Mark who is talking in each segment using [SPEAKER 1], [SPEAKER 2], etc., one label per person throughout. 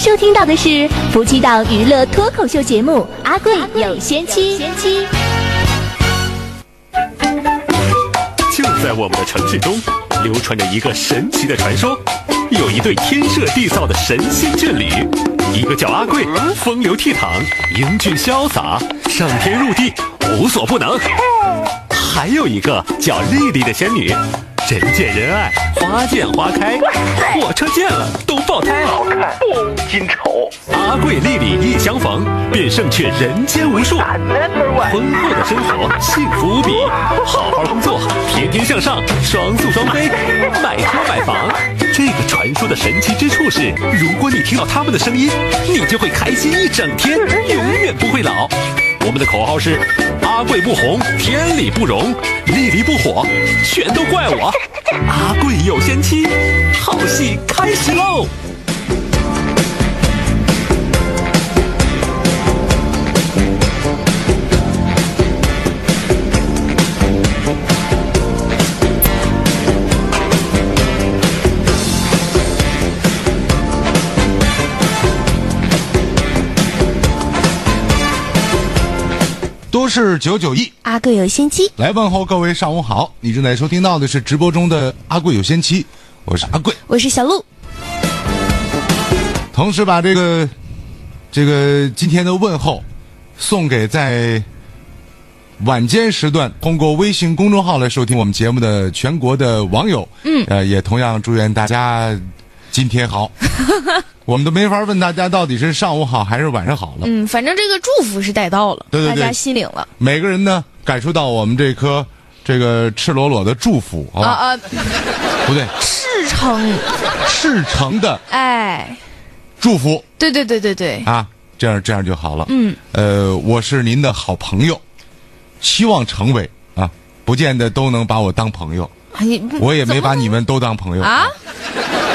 [SPEAKER 1] 收听到的是夫妻档娱乐脱口秀节目《阿贵有仙妻》。
[SPEAKER 2] 就在我们的城市中，流传着一个神奇的传说：有一对天设地造的神仙眷侣，一个叫阿贵，风流倜傥、英俊潇洒、上天入地、无所不能；还有一个叫丽丽的仙女，人见人爱，花见花开，火车见了都爆胎。
[SPEAKER 3] 好看，金丑
[SPEAKER 2] 阿贵丽丽一相逢，便胜却人间无数。
[SPEAKER 3] ，Number
[SPEAKER 2] 婚后的生活幸福无比，好好工作，天天向上，双宿双飞，买车买房。这个传说的神奇之处是，如果你听到他们的声音，你就会开心一整天，永远不会老。我们的口号是：阿贵不红，天理不容；丽丽不火，全都怪我。阿贵有仙妻，好戏开始喽！
[SPEAKER 4] 都市九九一
[SPEAKER 1] 阿贵有仙妻，
[SPEAKER 4] 来问候各位上午好，你正在收听到的是直播中的阿贵有仙妻，我是阿贵。
[SPEAKER 1] 我是小鹿。
[SPEAKER 4] 同时把这个这个今天的问候送给在晚间时段通过微信公众号来收听我们节目的全国的网友。嗯，呃，也同样祝愿大家今天好。我们都没法问大家到底是上午好还是晚上好了。
[SPEAKER 5] 嗯，反正这个祝福是带到了，
[SPEAKER 4] 对对对
[SPEAKER 5] 大家心领了
[SPEAKER 4] 每个人呢，感受到我们这颗这个赤裸裸的祝福，好
[SPEAKER 5] 啊
[SPEAKER 4] 吧？
[SPEAKER 5] 啊，
[SPEAKER 4] 不对，
[SPEAKER 5] 赤诚，
[SPEAKER 4] 赤诚的
[SPEAKER 5] 哎，
[SPEAKER 4] 祝福。
[SPEAKER 5] 对对对对对，
[SPEAKER 4] 啊，这样这样就好了。嗯，呃，我是您的好朋友，希望成为啊，不见得都能把我当朋友，
[SPEAKER 5] 哎你不
[SPEAKER 4] 啊我也没
[SPEAKER 5] 怎么
[SPEAKER 4] 把你们都当朋友
[SPEAKER 5] 啊，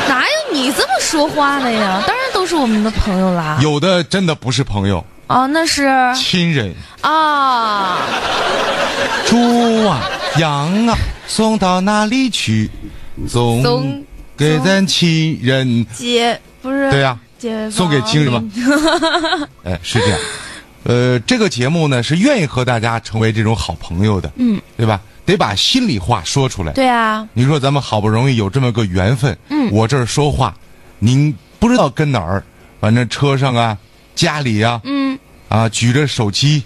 [SPEAKER 5] 哪有你这么说话的呀？当然都是我们的朋友啦。
[SPEAKER 4] 有的真的不是朋友，
[SPEAKER 5] 啊，那是
[SPEAKER 4] 亲人。
[SPEAKER 5] 啊，
[SPEAKER 4] 猪啊，羊啊，送到哪里去？
[SPEAKER 5] 送
[SPEAKER 4] 总给咱亲人。
[SPEAKER 5] 姐不是
[SPEAKER 4] 对呀、
[SPEAKER 5] 姐
[SPEAKER 4] 送给亲人吗？哎，是这样。呃，这个节目呢是愿意和大家成为这种好朋友的，嗯，对吧？得把心里话说出来。
[SPEAKER 5] 对啊，
[SPEAKER 4] 你说咱们好不容易有这么个缘分，嗯，我这儿说话，您不知道跟哪儿，反正车上啊、家里啊，嗯，啊，举着手机，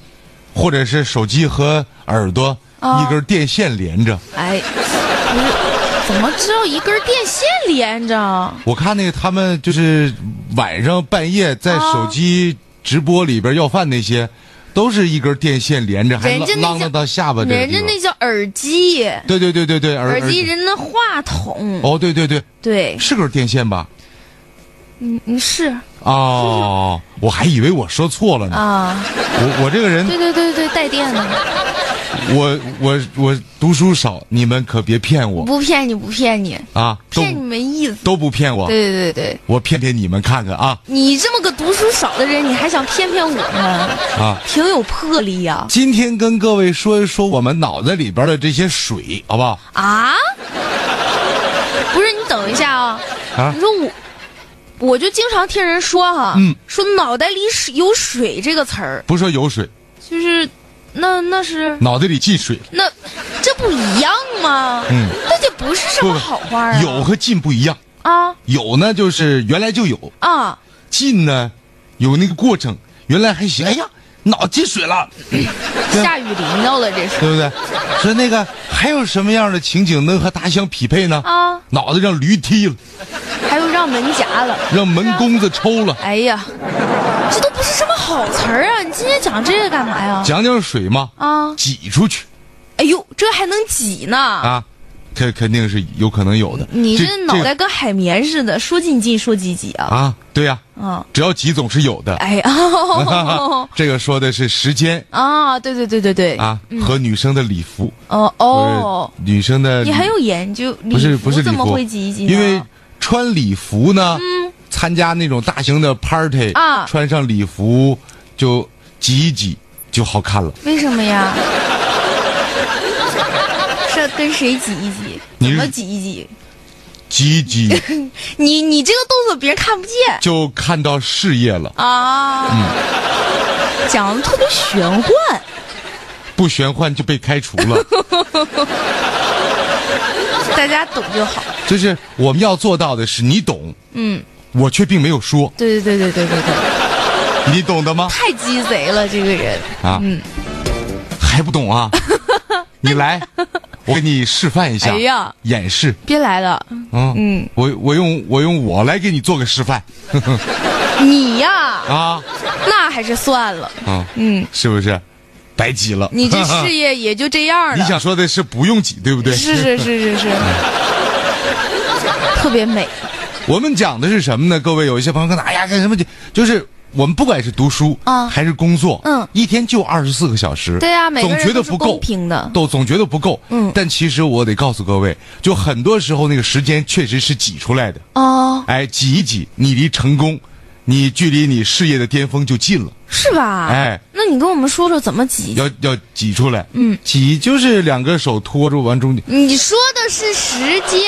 [SPEAKER 4] 或者是手机和耳朵、
[SPEAKER 5] 哦
[SPEAKER 4] 一根电线连着。
[SPEAKER 5] 哎，不是，怎么只有一根电线连着？
[SPEAKER 4] 我看那个他们就是晚上半夜在手机直播里边要饭那些，都是一根电线连着，还
[SPEAKER 5] 人家那
[SPEAKER 4] 啷
[SPEAKER 5] 叫
[SPEAKER 4] 啷到下巴这个
[SPEAKER 5] 人
[SPEAKER 4] 地
[SPEAKER 5] 家
[SPEAKER 4] 方。
[SPEAKER 5] 那叫耳机，
[SPEAKER 4] 对对对对对，耳
[SPEAKER 5] 耳机人的话筒，
[SPEAKER 4] 哦，对对对，
[SPEAKER 5] 对，
[SPEAKER 4] 是根电线吧？
[SPEAKER 5] 嗯嗯是
[SPEAKER 4] 哦，我还以为我说错了呢。
[SPEAKER 5] 啊。
[SPEAKER 4] 我我这个人，
[SPEAKER 5] 对对对对，带电的，
[SPEAKER 4] 我我我读书少，你们可别骗我
[SPEAKER 5] 不骗你不骗你，
[SPEAKER 4] 啊！都
[SPEAKER 5] 骗你没意思。
[SPEAKER 4] 都不骗我，
[SPEAKER 5] 对对对对，
[SPEAKER 4] 我骗骗你们看看啊
[SPEAKER 5] 你这么个读书少的人，你还想骗骗我呢？
[SPEAKER 4] 啊！
[SPEAKER 5] 挺有魄力呀、
[SPEAKER 4] 今天跟各位说一说我们脑子里边的这些水，好不好？
[SPEAKER 5] 啊！不是，你等一下啊！
[SPEAKER 4] 啊
[SPEAKER 5] 你说我，我就经常听人说哈、
[SPEAKER 4] 嗯
[SPEAKER 5] 说脑袋里水有水这个词儿，
[SPEAKER 4] 不说有水，
[SPEAKER 5] 就是那那是
[SPEAKER 4] 脑袋里进水了。
[SPEAKER 5] 那这不一样吗？
[SPEAKER 4] 嗯，
[SPEAKER 5] 那就不是什么好话啊！
[SPEAKER 4] 有和进不一样，
[SPEAKER 5] 啊
[SPEAKER 4] 有呢就是原来就有，
[SPEAKER 5] 啊！
[SPEAKER 4] 进呢有那个过程，原来还行，哎呀，脑进水了，对
[SPEAKER 5] 下雨淋到了，这是
[SPEAKER 4] 对不对？说那个还有什么样的情景能和它相匹配呢？
[SPEAKER 5] 啊，
[SPEAKER 4] 脑袋让驴踢了，
[SPEAKER 5] 还有让门夹了。
[SPEAKER 4] 让门弓子抽了，
[SPEAKER 5] 哎呀，这都不是什么好词儿啊！你今天讲这个干嘛呀？
[SPEAKER 4] 讲讲水嘛，
[SPEAKER 5] 啊，
[SPEAKER 4] 挤出去
[SPEAKER 5] 哎呦，这还能挤呢！
[SPEAKER 4] 啊，肯肯定是有可能有的。
[SPEAKER 5] 你
[SPEAKER 4] 这
[SPEAKER 5] 这脑袋跟海绵似的，说进进说挤挤
[SPEAKER 4] 这
[SPEAKER 5] 啊！
[SPEAKER 4] 啊，对呀、
[SPEAKER 5] 啊，
[SPEAKER 4] 只要挤总是有的。
[SPEAKER 5] 哎呀，哦
[SPEAKER 4] 这个说的是时间
[SPEAKER 5] 啊，对对对对对，
[SPEAKER 4] 啊、和女生的礼服，
[SPEAKER 5] 哦嗯哦，
[SPEAKER 4] 不是女生的
[SPEAKER 5] 你
[SPEAKER 4] 礼
[SPEAKER 5] 还有研究？
[SPEAKER 4] 不是不是
[SPEAKER 5] 怎
[SPEAKER 4] 礼
[SPEAKER 5] 么
[SPEAKER 4] 服
[SPEAKER 5] 会挤一挤呢？嗯
[SPEAKER 4] 因为穿礼服呢，参加那种大型的 party
[SPEAKER 5] 啊
[SPEAKER 4] 穿上礼服就挤一挤就好看了。
[SPEAKER 5] 为什么呀？ 是跟谁挤一挤？
[SPEAKER 4] 你
[SPEAKER 5] 怎
[SPEAKER 4] 是
[SPEAKER 5] 么挤一
[SPEAKER 4] 唧
[SPEAKER 5] 挤？
[SPEAKER 4] 唧，
[SPEAKER 5] 你你这个动作别人看不见
[SPEAKER 4] 就看到事业了，
[SPEAKER 5] 啊，讲的特别玄幻。
[SPEAKER 4] 不玄幻就被开除了。
[SPEAKER 5] 大家懂就好。
[SPEAKER 4] 就是我们要做到的是你懂，
[SPEAKER 5] 嗯，
[SPEAKER 4] 我却并没有说，
[SPEAKER 5] 对对对对对对对，
[SPEAKER 4] 你懂的吗？
[SPEAKER 5] 太鸡贼了这个人。
[SPEAKER 4] 啊，
[SPEAKER 5] 嗯
[SPEAKER 4] 还不懂 啊？你来，我给你示范一下，
[SPEAKER 5] 哎呀
[SPEAKER 4] 演示，
[SPEAKER 5] 别来了，
[SPEAKER 4] 嗯
[SPEAKER 5] 嗯，
[SPEAKER 4] 我我用我用我来给你做个示范
[SPEAKER 5] 你呀、
[SPEAKER 4] 啊，
[SPEAKER 5] 那还是算了，
[SPEAKER 4] 嗯，
[SPEAKER 5] 嗯，
[SPEAKER 4] 是不是？白急了，
[SPEAKER 5] 你这事业也就这 样
[SPEAKER 4] 你
[SPEAKER 5] 了。
[SPEAKER 4] 想说的是不用挤，对不对？
[SPEAKER 5] 是是是是是， 特别美。
[SPEAKER 4] 我们讲的是什么呢？各位有一些朋友可能哎呀干什么去？就是我们不管是读书
[SPEAKER 5] 啊
[SPEAKER 4] 还是工作，
[SPEAKER 5] 嗯
[SPEAKER 4] 一天就二十四个小时，
[SPEAKER 5] 对啊每个
[SPEAKER 4] 总
[SPEAKER 5] 人
[SPEAKER 4] 觉得
[SPEAKER 5] 都是
[SPEAKER 4] 不够
[SPEAKER 5] 公平的
[SPEAKER 4] 都总觉得不够，
[SPEAKER 5] 嗯
[SPEAKER 4] 但其实我得告诉各位，就很多时候那个时间确实是挤出来的，
[SPEAKER 5] 哦，
[SPEAKER 4] 哎，挤一挤，你离成功，你距离你事业的巅峰就近了，
[SPEAKER 5] 是吧？
[SPEAKER 4] 哎，
[SPEAKER 5] 那你跟我们说说怎么挤？
[SPEAKER 4] 要要挤出来，嗯，挤就是两个手托住完中间，
[SPEAKER 5] 你说的是时间，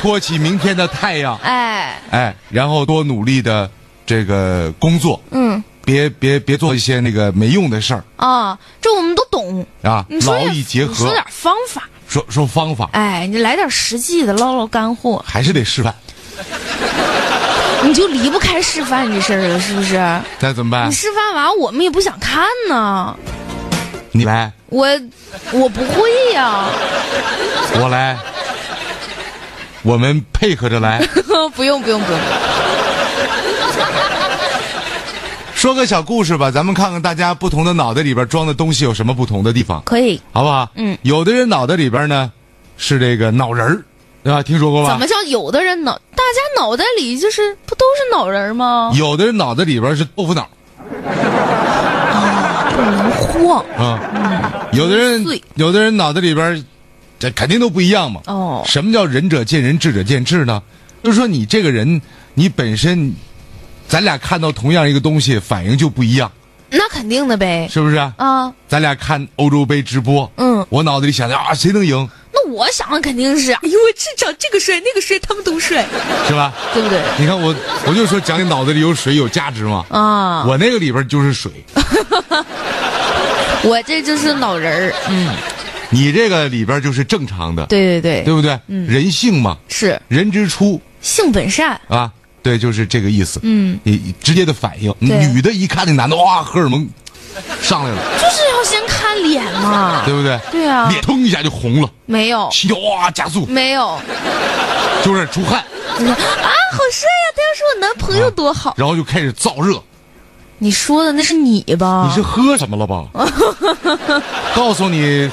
[SPEAKER 4] 托起明天的太阳，
[SPEAKER 5] 哎，
[SPEAKER 4] 哎，然后多努力的这个工作，
[SPEAKER 5] 嗯，
[SPEAKER 4] 别别别做一些那个没用的事儿
[SPEAKER 5] 啊，这我们都懂。
[SPEAKER 4] 啊
[SPEAKER 5] 你，说
[SPEAKER 4] 劳
[SPEAKER 5] 点
[SPEAKER 4] 逸结
[SPEAKER 5] 你说
[SPEAKER 4] 合。
[SPEAKER 5] 点方法，
[SPEAKER 4] 说说方法，
[SPEAKER 5] 哎，你来点实际的，唠唠干货，
[SPEAKER 4] 还是得示范。
[SPEAKER 5] 你就离不开示范这事儿了，是不是？
[SPEAKER 4] 那怎么办
[SPEAKER 5] 你？示范完，我们也不想看呢。
[SPEAKER 4] 你来，
[SPEAKER 5] 我我不会呀、
[SPEAKER 4] 我来，我们配合着来。
[SPEAKER 5] 不用不用不用，
[SPEAKER 4] 说个小故事吧，咱们看看大家不同的脑袋里边装的东西有什么不同的地方，
[SPEAKER 5] 可以。
[SPEAKER 4] 好不好？
[SPEAKER 5] 嗯。
[SPEAKER 4] 有的人脑袋里边呢是这个脑仁儿，对吧？听说过
[SPEAKER 5] 怎
[SPEAKER 4] 吧
[SPEAKER 5] 么？叫有的人脑？大家脑袋里就是不都是脑仁儿吗？
[SPEAKER 4] 有的人脑袋里边是豆腐脑，
[SPEAKER 5] 晃
[SPEAKER 4] 啊、有的人
[SPEAKER 5] 碎
[SPEAKER 4] 有的人脑袋里边儿，这肯定都不一样嘛。
[SPEAKER 5] 哦
[SPEAKER 4] 什么叫仁者见仁，智者见智呢？就是说你这个人，你本身，咱俩看到同样一个东西，反应就不一样，
[SPEAKER 5] 那肯定的呗。
[SPEAKER 4] 是不是啊？
[SPEAKER 5] 啊，
[SPEAKER 4] 咱俩看欧洲杯直播，
[SPEAKER 5] 嗯
[SPEAKER 4] 我脑子里想着啊，谁能赢，
[SPEAKER 5] 那我想的肯定是，哎呦，这长这个帅，那个帅，他们都帅，
[SPEAKER 4] 是吧？
[SPEAKER 5] 对不对？
[SPEAKER 4] 你看我，我就说讲你脑子里有水有价值嘛。
[SPEAKER 5] 啊，
[SPEAKER 4] 我那个里边就是水，
[SPEAKER 5] 我这就是脑仁儿。嗯，
[SPEAKER 4] 你这个里边就是正常的，
[SPEAKER 5] 对对嗯对，
[SPEAKER 4] 不对？人性嘛，
[SPEAKER 5] 是
[SPEAKER 4] 人之初
[SPEAKER 5] 性本善。
[SPEAKER 4] 啊，对，就是这个意思。
[SPEAKER 5] 嗯，
[SPEAKER 4] 你直接的反应，
[SPEAKER 5] 对
[SPEAKER 4] 女的一看那男的，哇，荷尔蒙上来了，
[SPEAKER 5] 就是要先看脸嘛，
[SPEAKER 4] 对不对？
[SPEAKER 5] 对啊
[SPEAKER 4] 脸腾一下就红了，
[SPEAKER 5] 没有
[SPEAKER 4] 心跳哇加速，
[SPEAKER 5] 没有，
[SPEAKER 4] 就是出汗，
[SPEAKER 5] 你看啊，好帅呀、他要是我男朋友多好。
[SPEAKER 4] 然后就开始燥热。
[SPEAKER 5] 你说的那是你吧？
[SPEAKER 4] 你是喝什么了吧？ 告诉你，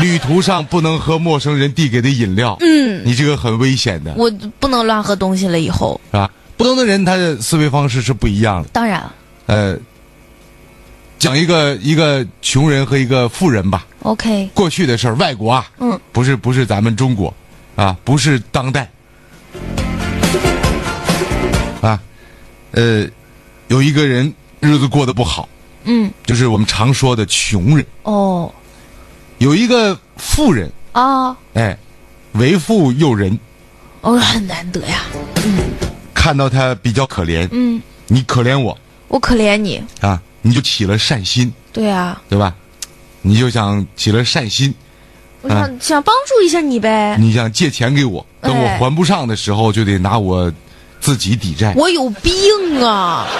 [SPEAKER 4] 旅途上不能喝陌生人递给的饮料。嗯，你这个很危险的，
[SPEAKER 5] 我不能乱喝东西了，以后
[SPEAKER 4] 是吧？不同的人他的思维方式是不一样的。
[SPEAKER 5] 当然了
[SPEAKER 4] 呃，讲一个一个穷人和一个富人吧。
[SPEAKER 5] OK，
[SPEAKER 4] 过去的事儿，外国啊，
[SPEAKER 5] 嗯，
[SPEAKER 4] 不是不是咱们中国，啊，不是当代，啊，呃，有一个人日子过得不好，
[SPEAKER 5] 嗯，
[SPEAKER 4] 就是我们常说的穷人，
[SPEAKER 5] 哦
[SPEAKER 4] 有一个富人，
[SPEAKER 5] 啊，
[SPEAKER 4] 哎，为富诱人，
[SPEAKER 5] 哦，很难得呀，
[SPEAKER 4] 看到他比较可怜，
[SPEAKER 5] 嗯，
[SPEAKER 4] 你可怜我
[SPEAKER 5] 我可怜你，
[SPEAKER 4] 啊，你就起了善心，
[SPEAKER 5] 对啊，
[SPEAKER 4] 对吧？你就想起了善心，啊
[SPEAKER 5] 我想、想帮助一下你呗，
[SPEAKER 4] 你想借钱给我，等我
[SPEAKER 5] 哎
[SPEAKER 4] 还不上的时候，就得拿我自己抵债。
[SPEAKER 5] 我有病啊，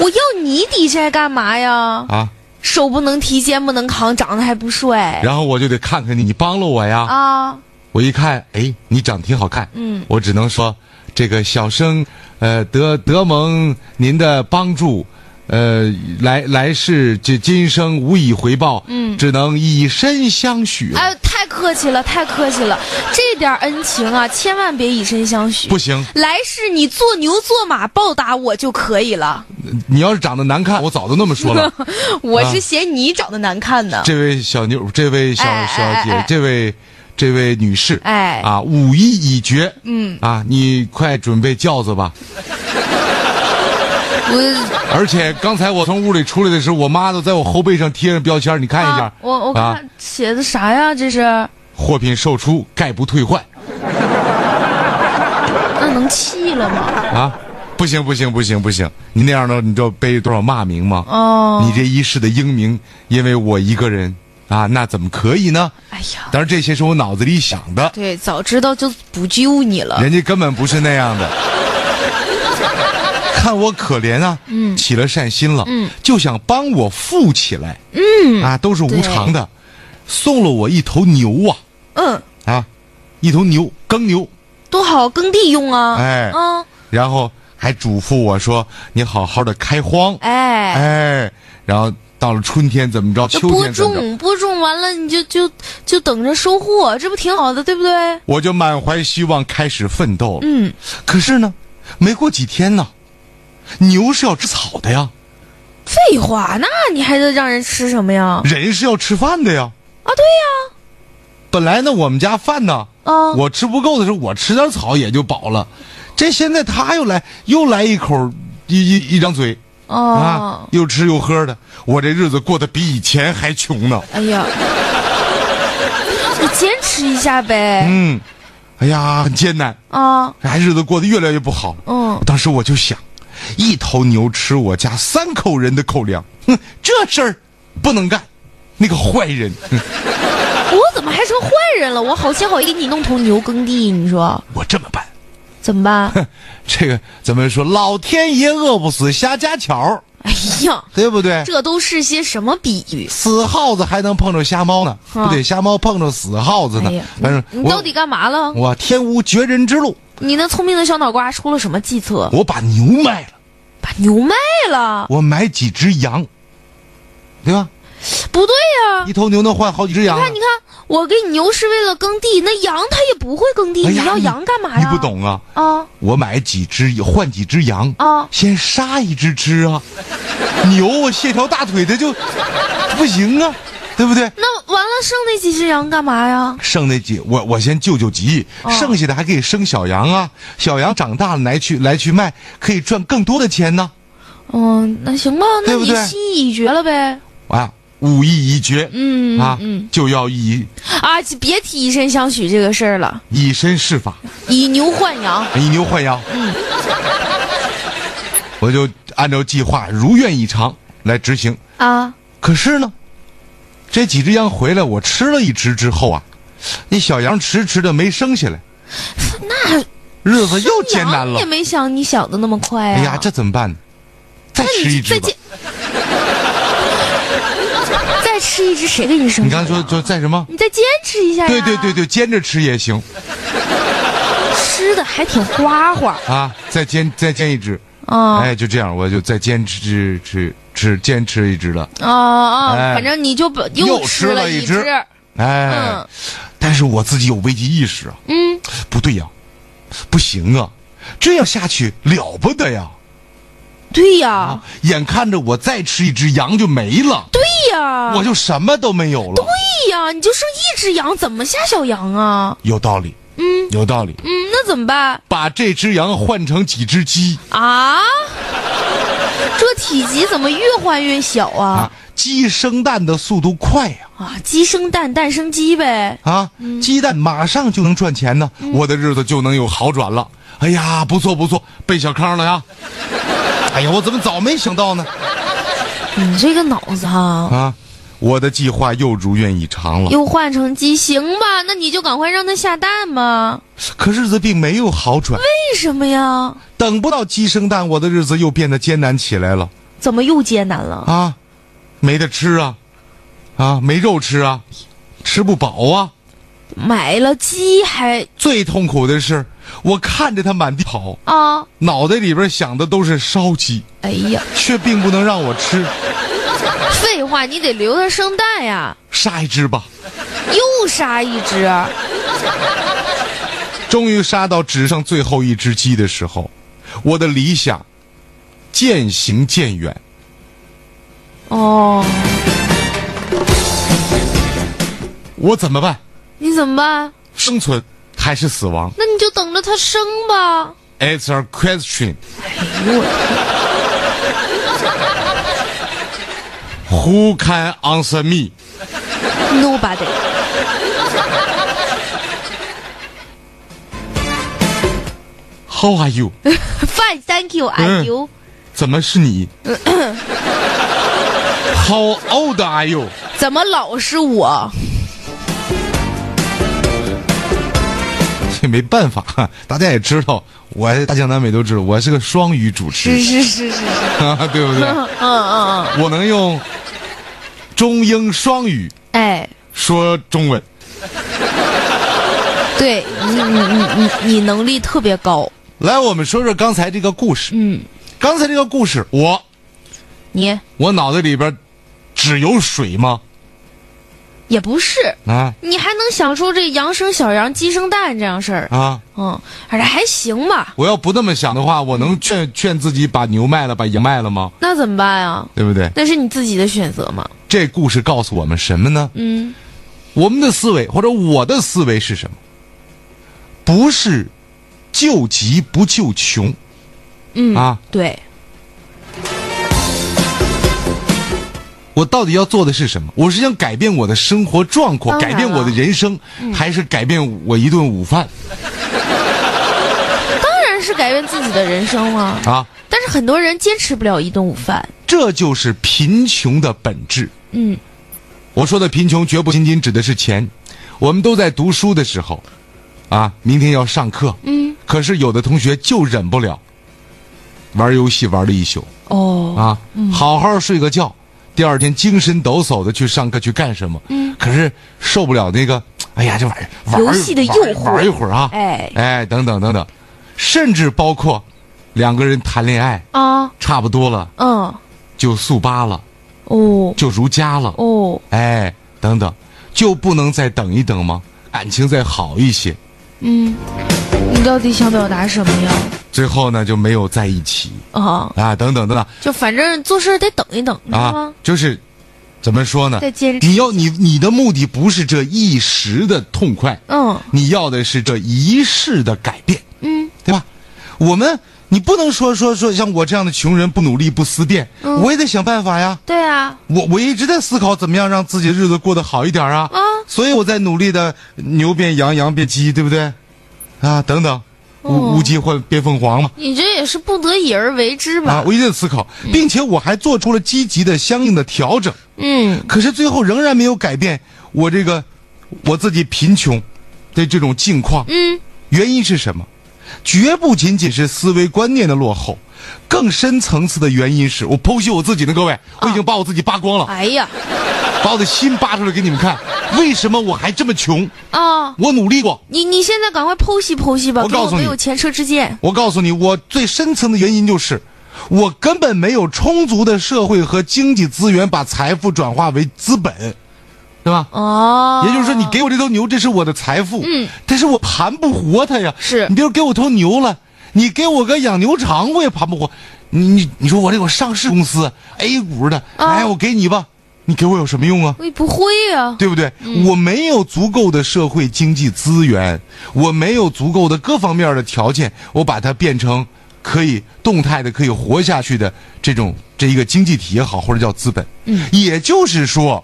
[SPEAKER 5] 我要你抵债干嘛呀？
[SPEAKER 4] 啊，
[SPEAKER 5] 手不能提，肩不能扛，长得还不帅
[SPEAKER 4] 然后我就得看看你，你帮了我呀。
[SPEAKER 5] 哎啊，
[SPEAKER 4] 我一看，哎，你长挺好看，
[SPEAKER 5] 嗯，
[SPEAKER 4] 我只能说，这个小生，呃，得得蒙您的帮助，呃，来来世这今生无以回报，嗯，只能以身相许。
[SPEAKER 5] 哎，太客气了，太客气了，这点恩情啊，千万别以身相许，
[SPEAKER 4] 不行，
[SPEAKER 5] 来世你做牛做马报答我就可以了。
[SPEAKER 4] 啊你要是长得难看，我早都那么说 了。
[SPEAKER 5] 我是嫌你长得难看呢。
[SPEAKER 4] 这位小妞，这位小
[SPEAKER 5] 哎
[SPEAKER 4] 小姐，
[SPEAKER 5] 哎哎哎
[SPEAKER 4] 这位这位女士，
[SPEAKER 5] 哎
[SPEAKER 4] 啊，武艺已绝，嗯，啊，你快准备轿子吧。
[SPEAKER 5] 我
[SPEAKER 4] 而且刚才我从屋里出来的时候，我妈都在我后背上贴上标签，你看一下。
[SPEAKER 5] 啊啊我我
[SPEAKER 4] 哎啊
[SPEAKER 5] 看写的啥呀？这是
[SPEAKER 4] 货品售出，概不退换。
[SPEAKER 5] 那能气了吗？
[SPEAKER 4] 啊，不行不行不行不行，你那样的你知道背多少骂名吗？
[SPEAKER 5] 哦
[SPEAKER 4] 你这一世的英名，因为我一个人啊，那怎么可以呢？
[SPEAKER 5] 哎呀，
[SPEAKER 4] 当然这些是我脑子里想的，
[SPEAKER 5] 对，早知道就不救你了。
[SPEAKER 4] 人家根本不是那样 的。看我可怜啊，嗯，起了善心了，嗯，就想帮我富起来，嗯，啊，都是无偿的，送了我一头牛啊，
[SPEAKER 5] 嗯，
[SPEAKER 4] 啊，一头牛，耕牛，
[SPEAKER 5] 多好，耕地用啊。
[SPEAKER 4] 哎
[SPEAKER 5] 啊，
[SPEAKER 4] 然后还嘱咐我说：“你好好的开荒。
[SPEAKER 5] 哎
[SPEAKER 4] 哎，然后到了春天怎么着，
[SPEAKER 5] 这
[SPEAKER 4] 秋
[SPEAKER 5] 播
[SPEAKER 4] 天怎么着，
[SPEAKER 5] 种，播种完了你就就就等着收获，这不挺好的，对不对？
[SPEAKER 4] 我就满怀希望开始奋斗了。嗯，可是呢，没过几天呢，牛是要吃草的呀，
[SPEAKER 5] 废话，那你还得让人吃什么呀？
[SPEAKER 4] 人是要吃饭的呀。
[SPEAKER 5] 啊，对呀、
[SPEAKER 4] 本来呢，我们家饭呢，
[SPEAKER 5] 哦
[SPEAKER 4] 我吃不够的时候，我吃点草也就饱了。这现在他又来，又来一口一一一张嘴。啊
[SPEAKER 5] 哦，，
[SPEAKER 4] 又吃又喝的，我这日子过得比以前还穷呢。
[SPEAKER 5] 哎 呀，你坚持一下呗。
[SPEAKER 4] 嗯，哎呀，很艰难，
[SPEAKER 5] 啊，
[SPEAKER 4] 哎，日子过得越来越不好。
[SPEAKER 5] 嗯
[SPEAKER 4] 当时我就想，一头牛吃我家三口人的口粮，哼，这事儿不能干。那个坏人，
[SPEAKER 5] 嗯
[SPEAKER 4] 哼
[SPEAKER 5] 我怎么还成坏人了？我好心好意给你弄头牛耕地，你说
[SPEAKER 2] 我这么办，
[SPEAKER 5] 怎么 办？
[SPEAKER 4] 这个咱们说，老天爷饿不死瞎家巧儿，
[SPEAKER 5] 哎呀，
[SPEAKER 4] 对不对？
[SPEAKER 5] 这都是些什么比喻？
[SPEAKER 4] 死耗子还能碰着瞎猫呢，
[SPEAKER 5] 啊
[SPEAKER 4] 不对，瞎猫碰着死耗子
[SPEAKER 5] 哎
[SPEAKER 4] 呢
[SPEAKER 5] 呀。，
[SPEAKER 4] 反正
[SPEAKER 5] 你
[SPEAKER 4] 我
[SPEAKER 5] 到底干嘛了？
[SPEAKER 4] 我天无绝人之路，
[SPEAKER 5] 你那聪明的小脑瓜出了什么计策？
[SPEAKER 4] 我把牛卖了，
[SPEAKER 5] 把牛卖了？
[SPEAKER 4] 我买几只羊，对吧？
[SPEAKER 5] 不对呀、
[SPEAKER 4] 一头牛能换好几只羊啊
[SPEAKER 5] 你
[SPEAKER 4] 呢。
[SPEAKER 5] 啊看，你看，我给你牛是为了耕地，那羊它也不会耕地，
[SPEAKER 4] 哎呀
[SPEAKER 5] 你要羊干嘛呀？
[SPEAKER 4] 你不懂啊！
[SPEAKER 5] 啊？
[SPEAKER 4] 我买几只换几只羊
[SPEAKER 5] 啊
[SPEAKER 4] 先杀一只吃啊。牛我卸条大腿它就不行啊，对不对？
[SPEAKER 5] 那完了，剩那几只羊干嘛呀？
[SPEAKER 4] 剩那几我我先救救急，
[SPEAKER 5] 哦
[SPEAKER 4] 剩下的还可以生小羊啊。小羊长大了来去来去卖，可以赚更多的钱呢。
[SPEAKER 5] 嗯，那行吧，那
[SPEAKER 4] 对不
[SPEAKER 5] 你
[SPEAKER 4] 对
[SPEAKER 5] 心意已决了呗？
[SPEAKER 4] 啊，武艺已绝，
[SPEAKER 5] 嗯
[SPEAKER 4] 啊，
[SPEAKER 5] 嗯
[SPEAKER 4] 就要以
[SPEAKER 5] 啊，别提以身相许这个事儿了，
[SPEAKER 4] 以身试法，
[SPEAKER 5] 以牛换羊。
[SPEAKER 4] 以牛换 羊。我就按照计划如愿以偿来执行。
[SPEAKER 5] 啊，
[SPEAKER 4] 可是呢，这几只羊回来，我吃了一只之后啊，那小羊迟迟的没生下来，
[SPEAKER 5] 那
[SPEAKER 4] 日子又艰难
[SPEAKER 5] 羊
[SPEAKER 4] 了
[SPEAKER 5] 也。没想你想的那么快呀、
[SPEAKER 4] 哎呀，这怎么办呢？再
[SPEAKER 5] 那
[SPEAKER 4] 吃
[SPEAKER 5] 你
[SPEAKER 4] 一只
[SPEAKER 5] 再
[SPEAKER 4] 吧
[SPEAKER 5] 见。， 再吃一只，谁给你生？
[SPEAKER 4] 你刚才说说在什么？
[SPEAKER 5] 你再坚持一下哎呀。
[SPEAKER 4] 对对对，对，煎着吃也行
[SPEAKER 5] 吃的还挺花花
[SPEAKER 4] 啊，再煎再煎一只。
[SPEAKER 5] 啊
[SPEAKER 4] 哎，就这样，我就再煎吃吃吃煎吃一只了。
[SPEAKER 5] 啊啊！
[SPEAKER 4] 哎
[SPEAKER 5] 反正你就把
[SPEAKER 4] 又吃
[SPEAKER 5] 吃
[SPEAKER 4] 了
[SPEAKER 5] 一
[SPEAKER 4] 一只哎，
[SPEAKER 5] 嗯
[SPEAKER 4] 但是我自己有危机意识啊，
[SPEAKER 5] 嗯，
[SPEAKER 4] 不对呀、不行啊，这样下去了不得呀。
[SPEAKER 5] 对呀、
[SPEAKER 4] 眼看着我再吃一只羊就没了，
[SPEAKER 5] 哦对呀、
[SPEAKER 4] 我就什么都没有了。
[SPEAKER 5] 对呀、你就剩一只羊，怎么下小羊啊？
[SPEAKER 4] 有道理，
[SPEAKER 5] 嗯
[SPEAKER 4] 有道理。
[SPEAKER 5] 嗯，那怎么办
[SPEAKER 4] 把这只羊换成几只鸡
[SPEAKER 5] 啊？这体积怎么越换越小
[SPEAKER 4] 啊
[SPEAKER 5] 啊？，
[SPEAKER 4] 鸡生蛋的速度快呀
[SPEAKER 5] 啊，鸡生蛋，蛋生鸡呗。
[SPEAKER 4] 啊，鸡蛋马上就能赚钱呢，我的日子就能有好转了。哎呀，不错不错，奔小康了呀！哎呀，我怎么早没想到呢？
[SPEAKER 5] 你这个脑子哈、
[SPEAKER 4] 啊，我的计划又如愿以偿了。
[SPEAKER 5] 又换成鸡，行吧？那你就赶快让它下蛋吧。
[SPEAKER 4] 可日子并没有好转，
[SPEAKER 5] 为什么呀？
[SPEAKER 4] 等不到鸡生蛋，我的日子又变得艰难起来了。
[SPEAKER 5] 怎么又艰难了？
[SPEAKER 4] 啊，没得吃啊，啊，没肉吃啊，吃不饱啊。
[SPEAKER 5] 买了鸡还
[SPEAKER 4] 最痛苦的是，我看着它满地跑，
[SPEAKER 5] 啊？
[SPEAKER 4] 脑袋里边想的都是烧鸡，
[SPEAKER 5] 哎呀，
[SPEAKER 4] 却并不能让我吃。
[SPEAKER 5] 废话，你得留它生蛋呀。
[SPEAKER 4] 杀一只吧，
[SPEAKER 5] 又杀一只，
[SPEAKER 4] 终于杀到只剩最后一只鸡的时候，我的理想渐行渐远。
[SPEAKER 5] 哦，
[SPEAKER 4] 我怎么办？
[SPEAKER 5] 你怎么办？
[SPEAKER 4] 生存还是死亡
[SPEAKER 5] 那你就等着它生吧。
[SPEAKER 4] ？It's a question。Who can answer me？
[SPEAKER 5] Nobody，
[SPEAKER 4] How are you？
[SPEAKER 5] Fine, thank you. 哎
[SPEAKER 4] 嗯
[SPEAKER 5] Are you？
[SPEAKER 4] 怎么是你？How old are you？
[SPEAKER 5] 怎么老是我？
[SPEAKER 4] 这没办法，大家也知道，我大江南北都知道，我是个双语主持
[SPEAKER 5] 是
[SPEAKER 4] 人，
[SPEAKER 5] 是是是是。
[SPEAKER 4] 对不对？
[SPEAKER 5] 嗯嗯嗯，
[SPEAKER 4] 我能用中英双语
[SPEAKER 5] 哎，
[SPEAKER 4] 说中文，
[SPEAKER 5] 对你你你你你能力特别高，
[SPEAKER 4] 来，我们说说刚才这个故事。
[SPEAKER 5] 嗯，
[SPEAKER 4] 刚才这个故事，我
[SPEAKER 5] 你
[SPEAKER 4] 我脑袋里边只有水吗？
[SPEAKER 5] 也不是，
[SPEAKER 4] 啊
[SPEAKER 5] 你还能想出这羊生小羊，鸡生蛋这样事儿。
[SPEAKER 4] 啊！
[SPEAKER 5] 嗯，反正还行吧。
[SPEAKER 4] 我要不那么想的话，我能劝劝自己把牛卖了，把羊卖了吗？
[SPEAKER 5] 那怎么办呀？
[SPEAKER 4] 对不对？
[SPEAKER 5] 那是你自己的选择嘛。
[SPEAKER 4] 这故事告诉我们什么呢？
[SPEAKER 5] 嗯，
[SPEAKER 4] 我们的思维或者我的思维是什么？不是救急不救穷。嗯啊，
[SPEAKER 5] 对，
[SPEAKER 4] 我到底要做的是什么？我是想改变我的生活状况，
[SPEAKER 5] 当然
[SPEAKER 4] 改
[SPEAKER 5] 了嗯
[SPEAKER 4] 变我的人生，还是改变我一顿午饭
[SPEAKER 5] 当然是改变自己的人生了。
[SPEAKER 4] 啊？
[SPEAKER 5] 但是很多人坚持不了一顿午饭。
[SPEAKER 4] 这就是贫穷的本质。
[SPEAKER 5] 嗯，
[SPEAKER 4] 我说的贫穷绝不仅仅指的是钱。我们都在读书的时候，啊，明天要上课，嗯，可是有的同学就忍不了，玩游戏玩了一宿
[SPEAKER 5] 哦，
[SPEAKER 4] 啊，好好睡个觉，第二天精神抖擞的去上课去干什么？嗯，可是受不了那个，哎呀，这玩意儿玩
[SPEAKER 5] 游戏的诱惑
[SPEAKER 4] 玩玩一会儿啊，
[SPEAKER 5] 哎
[SPEAKER 4] 哎，等等等等，甚至包括两个人谈恋爱，
[SPEAKER 5] 啊，
[SPEAKER 4] 差不多了
[SPEAKER 5] 嗯，
[SPEAKER 4] 就速八了，
[SPEAKER 5] 哦，
[SPEAKER 4] 就如家了，
[SPEAKER 5] 哦，
[SPEAKER 4] 哎，等等，就不能再等一等吗？感情再好一些，
[SPEAKER 5] 嗯，你到底想表达什么呀？
[SPEAKER 4] 最后呢就没有在一起
[SPEAKER 5] 啊，
[SPEAKER 4] 啊，等等等等
[SPEAKER 5] 就反正做事得等一等，你知道
[SPEAKER 4] 啊
[SPEAKER 5] 吗？，
[SPEAKER 4] 就是怎么说呢？
[SPEAKER 5] 再坚持
[SPEAKER 4] 你要你你的目的不是这一时的痛快，
[SPEAKER 5] 嗯
[SPEAKER 4] 你要的是这一世的改变，
[SPEAKER 5] 嗯，
[SPEAKER 4] 对吧？我们你不能说说说像我这样的穷人不努力不思辨，
[SPEAKER 5] 嗯
[SPEAKER 4] 我也得想办法呀。
[SPEAKER 5] 对啊，
[SPEAKER 4] 我我一直在思考怎么样让自己的日子过得好一点啊，
[SPEAKER 5] 啊
[SPEAKER 4] 所以我在努力的牛变羊，羊变鸡，对不对？啊，等等，
[SPEAKER 5] 哦
[SPEAKER 4] 乌乌鸡换变凤凰嘛，
[SPEAKER 5] 你这也是不得已而为之
[SPEAKER 4] 啊
[SPEAKER 5] 吧，？
[SPEAKER 4] 我一直在思考，并且我还做出了积极的相应的调整，
[SPEAKER 5] 嗯，
[SPEAKER 4] 可是最后仍然没有改变我这个我自己贫穷的这种境况，
[SPEAKER 5] 嗯，
[SPEAKER 4] 原因是什么？绝不仅仅是思维观念的落后，更深层次的原因是我剖析我自己呢，各位，我已经把我自己扒光了。
[SPEAKER 5] 哎呀，
[SPEAKER 4] 把我的心扒出来给你们看，为什么我还这么穷？
[SPEAKER 5] 啊，
[SPEAKER 4] 我努力过，
[SPEAKER 5] 你你现在赶快剖析剖析吧，
[SPEAKER 4] 我
[SPEAKER 5] 给
[SPEAKER 4] 告诉
[SPEAKER 5] 没
[SPEAKER 4] 你
[SPEAKER 5] 有前车之鉴。
[SPEAKER 4] 我告诉你，我最深层的原因就是，我根本没有充足的社会和经济资源把财富转化为资本，对吧？
[SPEAKER 5] 哦，
[SPEAKER 4] 也就是说，你给我这头牛，这是我的财富，嗯，但是我盘不活它呀。
[SPEAKER 5] 是
[SPEAKER 4] 你比如给我头牛了，你给我个养牛场，我也盘不活。你你你说我这个上市公司 A 股的，
[SPEAKER 5] 啊
[SPEAKER 4] 哎，我给你吧，你给我有什么用啊？
[SPEAKER 5] 我也不会啊呀，
[SPEAKER 4] 对不对？我没有足够的社会经济资源，我没有足够的各方面的条件，我把它变成可以动态的、可以活下去的这种这一个经济体也好，或者叫资本。嗯，也就是说，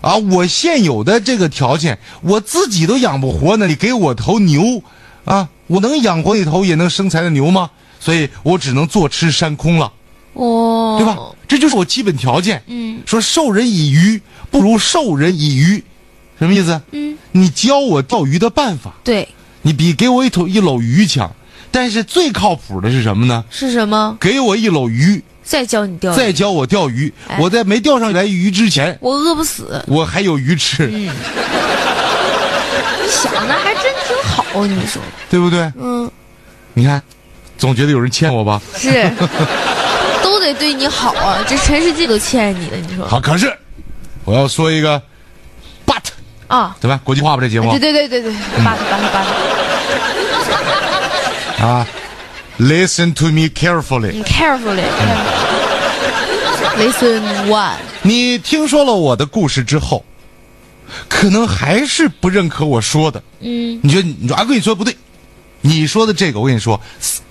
[SPEAKER 4] 啊，我现有的这个条件，我自己都养不活呢，你给我头牛，啊，我能养活你头也能生财的牛吗？所以我只能坐吃山空了。
[SPEAKER 5] 哦，
[SPEAKER 4] 对吧？这就是我基本条件。嗯，说授人以鱼不如授人以渔，什么意思？嗯，你教我钓鱼的办法，
[SPEAKER 5] 对，
[SPEAKER 4] 你比给我一头一篓鱼强。但是最靠谱的是什么呢？
[SPEAKER 5] 是什么？
[SPEAKER 4] 给我一篓鱼，
[SPEAKER 5] 再教你钓鱼，
[SPEAKER 4] 再教我钓鱼。
[SPEAKER 5] 哎
[SPEAKER 4] 我在没钓上来鱼之前，
[SPEAKER 5] 我饿不死。
[SPEAKER 4] 我还有鱼吃，
[SPEAKER 5] 你想的还真挺好，你说
[SPEAKER 4] 对不对？
[SPEAKER 5] 嗯，
[SPEAKER 4] 你看，总觉得有人欠我吧？
[SPEAKER 5] 是，都得对你好啊，这全世界都欠你的，你说
[SPEAKER 4] 好，可是我要说一个，but
[SPEAKER 5] 啊？
[SPEAKER 4] 怎么样？嗯国际化吧，这节目
[SPEAKER 5] 对对对对对，巴特巴特巴特
[SPEAKER 4] 啊，listen to me carefully。
[SPEAKER 5] 你 carefully listen one，
[SPEAKER 4] 你听说了我的故事之后，可能还是不认可我说的。嗯，你觉得你说啊，跟你说不对，你说的这个，我跟你说，仨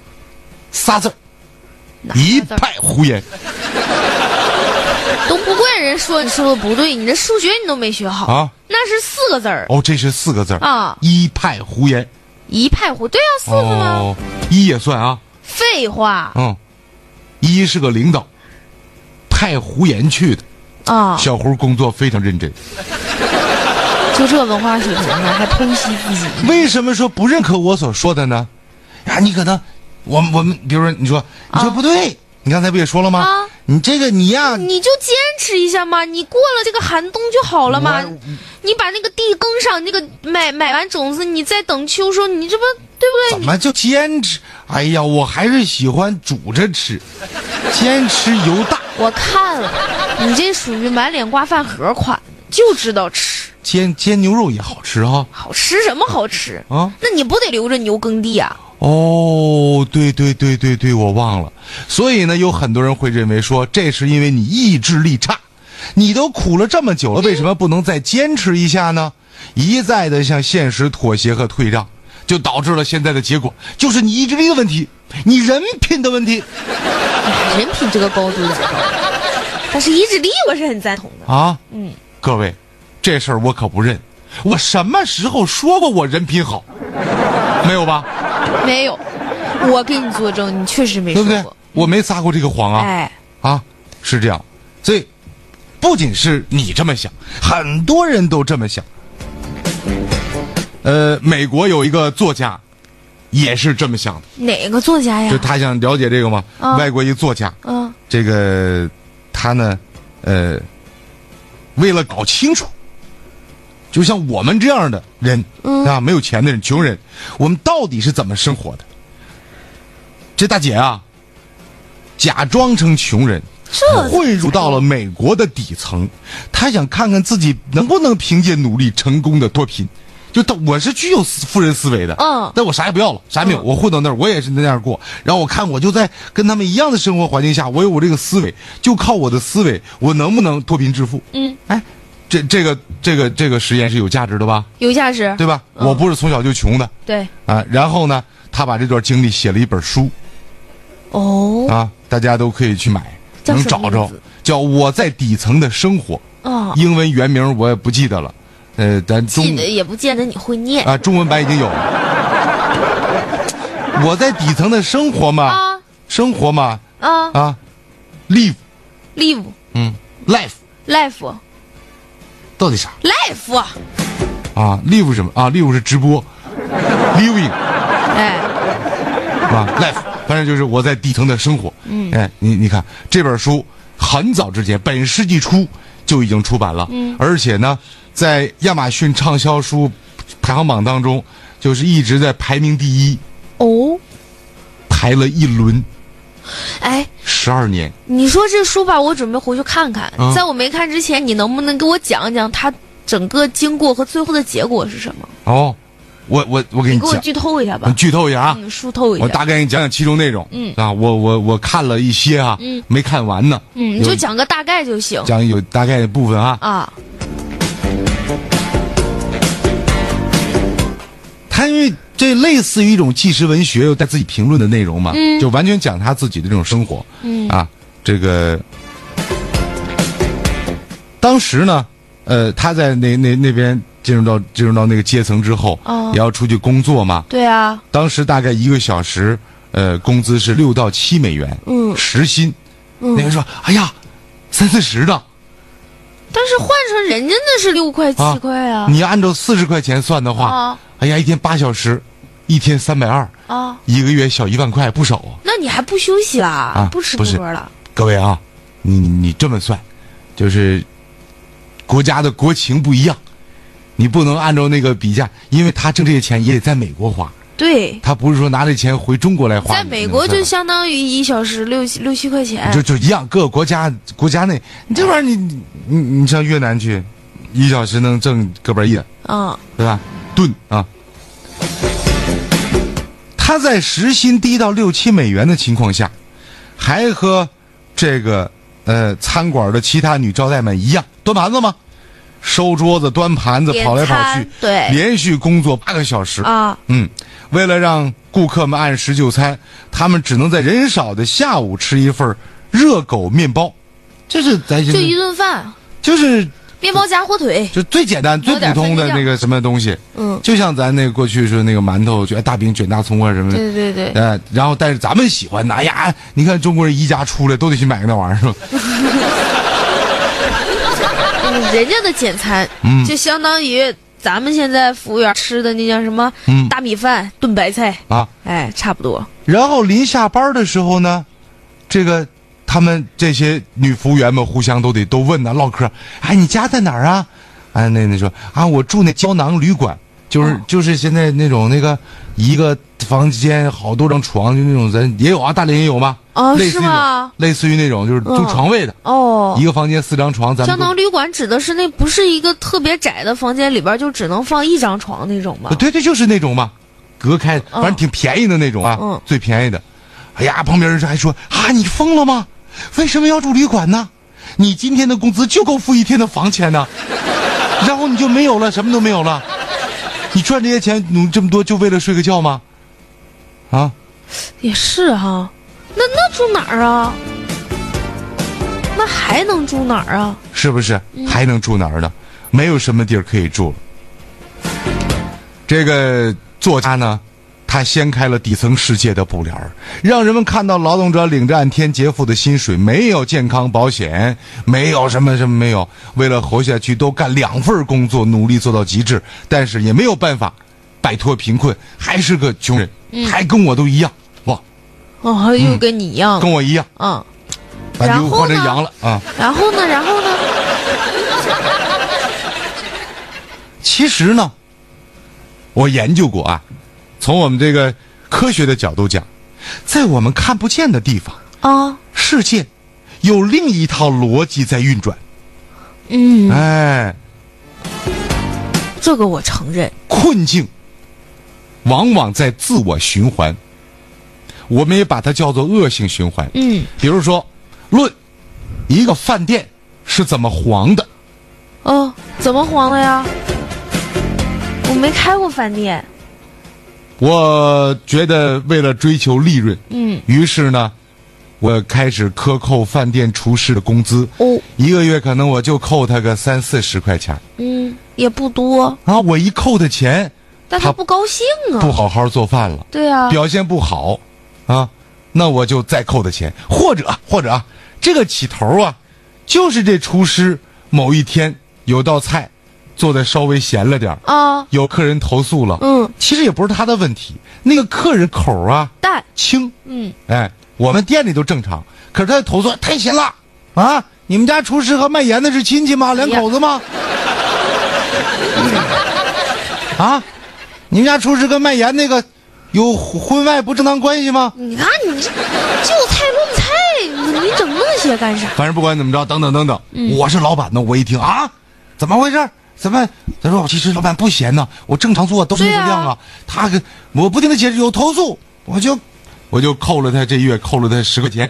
[SPEAKER 4] 仨字儿
[SPEAKER 5] 哪
[SPEAKER 4] 一
[SPEAKER 5] 个字儿
[SPEAKER 4] 派胡言。
[SPEAKER 5] 都不怪人说你说的不对，你这数学你都没学好
[SPEAKER 4] 啊？
[SPEAKER 5] 那是四个字儿，
[SPEAKER 4] 哦，这是四个字儿
[SPEAKER 5] 啊
[SPEAKER 4] 一派胡言。
[SPEAKER 5] 一派胡，对啊，四个字吗？
[SPEAKER 4] 哦，一也算啊，
[SPEAKER 5] 废话
[SPEAKER 4] 嗯，一是个领导，派胡言去的。
[SPEAKER 5] 啊，
[SPEAKER 4] 小胡工作非常认真。
[SPEAKER 5] 就这文化水平啊呢，还剖析自己，
[SPEAKER 4] 为什么说不认可我所说的呢？啊，你可能，我们我们，比如说你说你说不对，你刚才不也说了吗？
[SPEAKER 5] 啊
[SPEAKER 4] 你这个你呀、
[SPEAKER 5] 你就坚持一下嘛，你过了这个寒冬就好了嘛。你把那个地耕上，那个买买完种子，你再等秋收，你这不对不
[SPEAKER 4] 怎
[SPEAKER 5] 对？
[SPEAKER 4] 么就坚持？哎呀，我还是喜欢煮着吃，坚持油大，
[SPEAKER 5] 我看了，你这属于满脸瓜饭盒款，就知道吃，
[SPEAKER 4] 煎煎牛肉也好吃哈、
[SPEAKER 5] 好吃什么好吃
[SPEAKER 4] 啊
[SPEAKER 5] 那你不得留着牛耕地啊？
[SPEAKER 4] 哦，对对对对对，我忘了。所以呢，有很多人会认为说，这是因为你意志力差，你都苦了这么久了，为什么不能再坚持一下呢？一再的向现实妥协和退让，就导致了现在的结果，就是你意志力的问题，你人品的问题
[SPEAKER 5] 人品这个高度有点高，但是意志力我是很赞同的。
[SPEAKER 4] 啊。嗯，各位，这事儿我可不认，我什么时候说过我人品好？没有吧？
[SPEAKER 5] 没有，我给你作证，你确实没
[SPEAKER 4] 对
[SPEAKER 5] 说
[SPEAKER 4] 不对
[SPEAKER 5] 过。？
[SPEAKER 4] 我没撒过这个谎啊。
[SPEAKER 5] 哎，
[SPEAKER 4] 啊，是这样，所以不仅是你这么想，很多人都这么想。呃，美国有一个作家，也是这么想的，
[SPEAKER 5] 哪个作哎家呀
[SPEAKER 4] 就？他想了解这个嘛。
[SPEAKER 5] 啊
[SPEAKER 4] 外国一作家，
[SPEAKER 5] 嗯、
[SPEAKER 4] 这个他呢，呃，为了搞清楚，就像我们这样的人、
[SPEAKER 5] 嗯
[SPEAKER 4] 啊，没有钱的人、穷人，我们到底是怎么生活的？这大姐啊，假装成穷人，
[SPEAKER 5] 这
[SPEAKER 4] 混入到了美国的底层，她想看看自己能不能凭借努力成功的脱贫。就她，我是具有思富人思维的，
[SPEAKER 5] 嗯
[SPEAKER 4] 但我啥也不要了，啥也没有，我混到那儿，我也是那样过。然后我看，我就在跟他们一样的生活环境下，我有我这个思维，就靠我的思维，我能不能脱贫致富？嗯，哎，这这个这个这个实验是有价值的吧？
[SPEAKER 5] 有价值。
[SPEAKER 4] 对吧？我不是从小就穷的
[SPEAKER 5] 对，
[SPEAKER 4] 啊。然后呢，他把这段经历写了一本书，
[SPEAKER 5] 哦，
[SPEAKER 4] 啊，大家都可以去买，
[SPEAKER 5] 叫
[SPEAKER 4] 能
[SPEAKER 5] 什么
[SPEAKER 4] 找
[SPEAKER 5] 名
[SPEAKER 4] 着
[SPEAKER 5] 字，
[SPEAKER 4] 叫《我在底层的生活》
[SPEAKER 5] 哦
[SPEAKER 4] 英文原名我也不记得了，呃，咱中
[SPEAKER 5] 记得也不见得你会念。
[SPEAKER 4] 啊中文版已经有 了。我在底层的生活嘛，
[SPEAKER 5] 啊
[SPEAKER 4] 生活嘛，
[SPEAKER 5] 啊
[SPEAKER 4] 啊，live，
[SPEAKER 5] ，live
[SPEAKER 4] 嗯，life
[SPEAKER 5] life
[SPEAKER 4] 到底啥
[SPEAKER 5] life，
[SPEAKER 4] 啊？live 是什么啊？live 是直 播，living
[SPEAKER 5] 哎，
[SPEAKER 4] 啊，life，反正就是我在底层的生活。嗯，哎，你你看这本书很早之前，本世纪初就已经出版了，嗯，而且呢，在亚马逊畅销书排行榜当中，就是一直在排名第一，
[SPEAKER 5] 哦，
[SPEAKER 4] 排了一轮
[SPEAKER 5] 哎，
[SPEAKER 4] 十二年。
[SPEAKER 5] 你说这书吧，我准备回去看看。
[SPEAKER 4] 嗯
[SPEAKER 5] 在我没看之前，你能不能给我讲讲它整个经过和最后的结果是什么？
[SPEAKER 4] 哦，我我我给你
[SPEAKER 5] 给我
[SPEAKER 4] 讲，
[SPEAKER 5] 剧透一下
[SPEAKER 4] 我
[SPEAKER 5] 吧，
[SPEAKER 4] 剧透一下啊，
[SPEAKER 5] 嗯，书透一
[SPEAKER 4] 我
[SPEAKER 5] 下。
[SPEAKER 4] 大概给你讲讲其中内容。
[SPEAKER 5] 嗯
[SPEAKER 4] 啊，我我我看了一些啊，
[SPEAKER 5] 嗯
[SPEAKER 4] 没看完呢。
[SPEAKER 5] 嗯，你
[SPEAKER 4] 有
[SPEAKER 5] 就讲个大概就行
[SPEAKER 4] 讲有大概的部分啊。
[SPEAKER 5] 啊。
[SPEAKER 4] 他因为这类似于一种纪实文学，又带自己评论的内容嘛，
[SPEAKER 5] 嗯
[SPEAKER 4] 就完全讲他自己的这种生活，啊，这个当时呢，呃，他在那那那边进入到进入到那个阶层之后，
[SPEAKER 5] 哦
[SPEAKER 4] 也要出去工作嘛，
[SPEAKER 5] 对啊，
[SPEAKER 4] 当时大概一个小时，呃，工资是六到七美元，
[SPEAKER 5] 嗯
[SPEAKER 4] 时薪，那人说，哎呀，三四十的，
[SPEAKER 5] 但是换成人家那是六块七块啊。
[SPEAKER 4] 你按照四十块钱算的话，
[SPEAKER 5] 啊
[SPEAKER 4] 哎呀，一天八小时，一天三百二，
[SPEAKER 5] 啊，
[SPEAKER 4] 一个月小一万块，不少啊。
[SPEAKER 5] 那你还不休息啦？
[SPEAKER 4] 啊
[SPEAKER 5] 不吃
[SPEAKER 4] 不
[SPEAKER 5] 不
[SPEAKER 4] 是
[SPEAKER 5] 喝了？
[SPEAKER 4] 各位啊，你你这么算，就是国家的国情不一样，你不能按照那个比价，因为他挣这些钱也得在美国花，
[SPEAKER 5] 对，
[SPEAKER 4] 他不是说拿这钱回中国来花。
[SPEAKER 5] 在美国就哎相当于一小时六七六七块钱。
[SPEAKER 4] 就就一样，各个国家国家内，你这玩意儿你你你你上越南去，一小时能挣个把亿，
[SPEAKER 5] 嗯，
[SPEAKER 4] 对吧？盾啊。他在时薪低到六七美元的情况下，还和这个呃餐馆的其他女招待们一样端盘子吗？收桌子、端盘子，
[SPEAKER 5] 点
[SPEAKER 4] 跑来跑去
[SPEAKER 5] 餐，对
[SPEAKER 4] 连续工作八个小时
[SPEAKER 5] 啊，
[SPEAKER 4] 嗯，为了让顾客们按时就餐，他们只能在人少的下午吃一份热狗面包，这是咱
[SPEAKER 5] 就一顿饭。
[SPEAKER 4] 就是
[SPEAKER 5] 面包夹火腿，
[SPEAKER 4] 就最简单、最
[SPEAKER 5] 有点
[SPEAKER 4] 普通的
[SPEAKER 5] 分量
[SPEAKER 4] 那个什么东西，
[SPEAKER 5] 嗯
[SPEAKER 4] 就像咱那个过去说那个馒头卷大饼、卷大葱啊什么的，
[SPEAKER 5] 对对对
[SPEAKER 4] 呃，然后但是咱们喜欢的，哎呀，你看中国人一家出来都得去买个那玩意儿，是吧？嗯
[SPEAKER 5] 人家的简餐，就相当于咱们现在服务员吃的那叫什么、
[SPEAKER 4] 嗯
[SPEAKER 5] 大米饭炖白菜，
[SPEAKER 4] 啊，
[SPEAKER 5] 哎，差不多。
[SPEAKER 4] 然后临下班的时候呢，这个他们这些女服务员们互相都得都问呢、唠嗑。哎，你家在哪儿啊？哎，那那说啊，我住那胶囊旅馆，就是、
[SPEAKER 5] 哦
[SPEAKER 4] 就是现在那种那个一个房间好多张床，就那种咱也有啊，大连也有吗？
[SPEAKER 5] 哦
[SPEAKER 4] 类似于那
[SPEAKER 5] 是吗
[SPEAKER 4] 种类似于那种就是住
[SPEAKER 5] 嗯
[SPEAKER 4] 床位的，
[SPEAKER 5] 哦
[SPEAKER 4] 一，个房间四张床，咱
[SPEAKER 5] 胶
[SPEAKER 4] 们都
[SPEAKER 5] 囊旅馆指的是那不是一个特别窄的房间，里边就只能放一张床那种吗？
[SPEAKER 4] 啊对对，就是那种嘛，隔开，反正挺便宜的那种啊，
[SPEAKER 5] 嗯
[SPEAKER 4] 最便宜的。哎呀，旁边人还说啊，你疯了吗？为什么要住旅馆呢？你今天的工资就够付一天的房钱呢， 然后你就没有了，什么都没有了。你赚这些钱努这么多，就为了睡个觉吗？啊，
[SPEAKER 5] 也是哈、那那住哪儿啊？那还能住哪儿啊？
[SPEAKER 4] 是不是？还能住哪儿呢？没有什么地儿可以住了。这个作家呢，他掀开了底层世界的布帘儿，让人们看到劳动者领着按天劫付的薪水，没有健康保险，没有什么什么没有，为了活下去都干两份工作，努力做到极致，但是也没有办法摆脱贫困，还是个穷人，
[SPEAKER 5] 嗯
[SPEAKER 4] 还跟我都一样，哇，
[SPEAKER 5] 哦，又跟你一样，
[SPEAKER 4] 嗯跟我一样，
[SPEAKER 5] 嗯。
[SPEAKER 4] 把
[SPEAKER 5] 然
[SPEAKER 4] 牛
[SPEAKER 5] 后
[SPEAKER 4] 换成
[SPEAKER 5] 呢
[SPEAKER 4] 羊了啊！
[SPEAKER 5] 然后呢？然后呢？
[SPEAKER 4] 其实呢，我研究过啊，从我们这个科学的角度讲，在我们看不见的地方，
[SPEAKER 5] 啊，
[SPEAKER 4] 世界有另一套逻辑在运转。
[SPEAKER 5] 嗯，
[SPEAKER 4] 哎，
[SPEAKER 5] 这个我承认。
[SPEAKER 4] 困境往往在自我循环，我们也把它叫做恶性循环。
[SPEAKER 5] 嗯，
[SPEAKER 4] 比如说，论一个饭店是怎么黄的，
[SPEAKER 5] 哦，怎么黄了呀？我没开过饭店。
[SPEAKER 4] 我觉得为了追求利润，
[SPEAKER 5] 嗯，
[SPEAKER 4] 于是呢，我开始克扣饭店厨师的工资。
[SPEAKER 5] 哦，
[SPEAKER 4] 一个月可能我就扣他个三四十块钱儿
[SPEAKER 5] 嗯，也不多，
[SPEAKER 4] 啊，我一扣的钱，
[SPEAKER 5] 但
[SPEAKER 4] 他
[SPEAKER 5] 他不高兴
[SPEAKER 4] 不
[SPEAKER 5] 啊。
[SPEAKER 4] 好好做饭了，
[SPEAKER 5] 对啊，
[SPEAKER 4] 表现不好，啊，那我就再扣的钱，或者或者啊，这个起头啊，就是这厨师某一天有道菜做的稍微咸了点儿
[SPEAKER 5] 啊，
[SPEAKER 4] 有客人投诉了，
[SPEAKER 5] 嗯，
[SPEAKER 4] 其实也不是他的问题，那个客人口儿啊
[SPEAKER 5] 淡，
[SPEAKER 4] 轻，
[SPEAKER 5] 嗯，
[SPEAKER 4] 哎，我们店里都正常，可是他投诉太咸了啊！你们家厨师和卖盐的是亲戚吗？两口子吗？啊，你们家厨师跟卖盐那个有婚外不正当关系吗？
[SPEAKER 5] 你看你这就菜论菜，你你整那些干啥？
[SPEAKER 4] 反正不管怎么着，等等等等，我是老板呢，我一听啊，怎么回事？怎么？他说其实老板不咸呢，我正常做都是那个量啊。他跟我不停的解释有投诉，我就我就扣了他这月扣了他十块钱。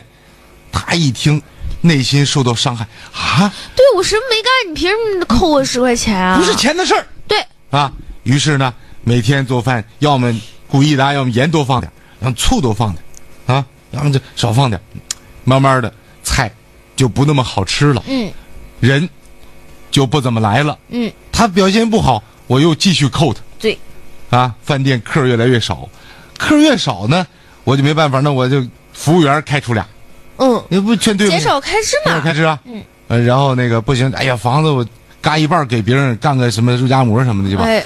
[SPEAKER 4] 他一听，内心受到伤害啊，
[SPEAKER 5] 对我什么没干，你凭什么扣我十块钱啊？
[SPEAKER 4] 不是，钱的事儿
[SPEAKER 5] 对，
[SPEAKER 4] 啊。于是呢，每天做饭要么故意的啊，要么盐多放点儿，要么醋多放点儿，啊，要么就少放点儿。慢慢的菜就不那么好吃了。
[SPEAKER 5] 嗯
[SPEAKER 4] 人就不怎么来了。
[SPEAKER 5] 嗯，
[SPEAKER 4] 他表现不好，我又继续扣
[SPEAKER 5] 对，
[SPEAKER 4] 他啊。饭店客儿越来越少，客儿越少呢，我就没办法，那我就服务员开除俩，
[SPEAKER 5] 嗯，
[SPEAKER 4] 那不劝对吗？
[SPEAKER 5] 减少开支
[SPEAKER 4] 开
[SPEAKER 5] 嘛。
[SPEAKER 4] 始啊，嗯、然后那个不行，哎呀，房子我嘎一半儿给别人干个什么肉夹馍什么的去吧，
[SPEAKER 5] 哎，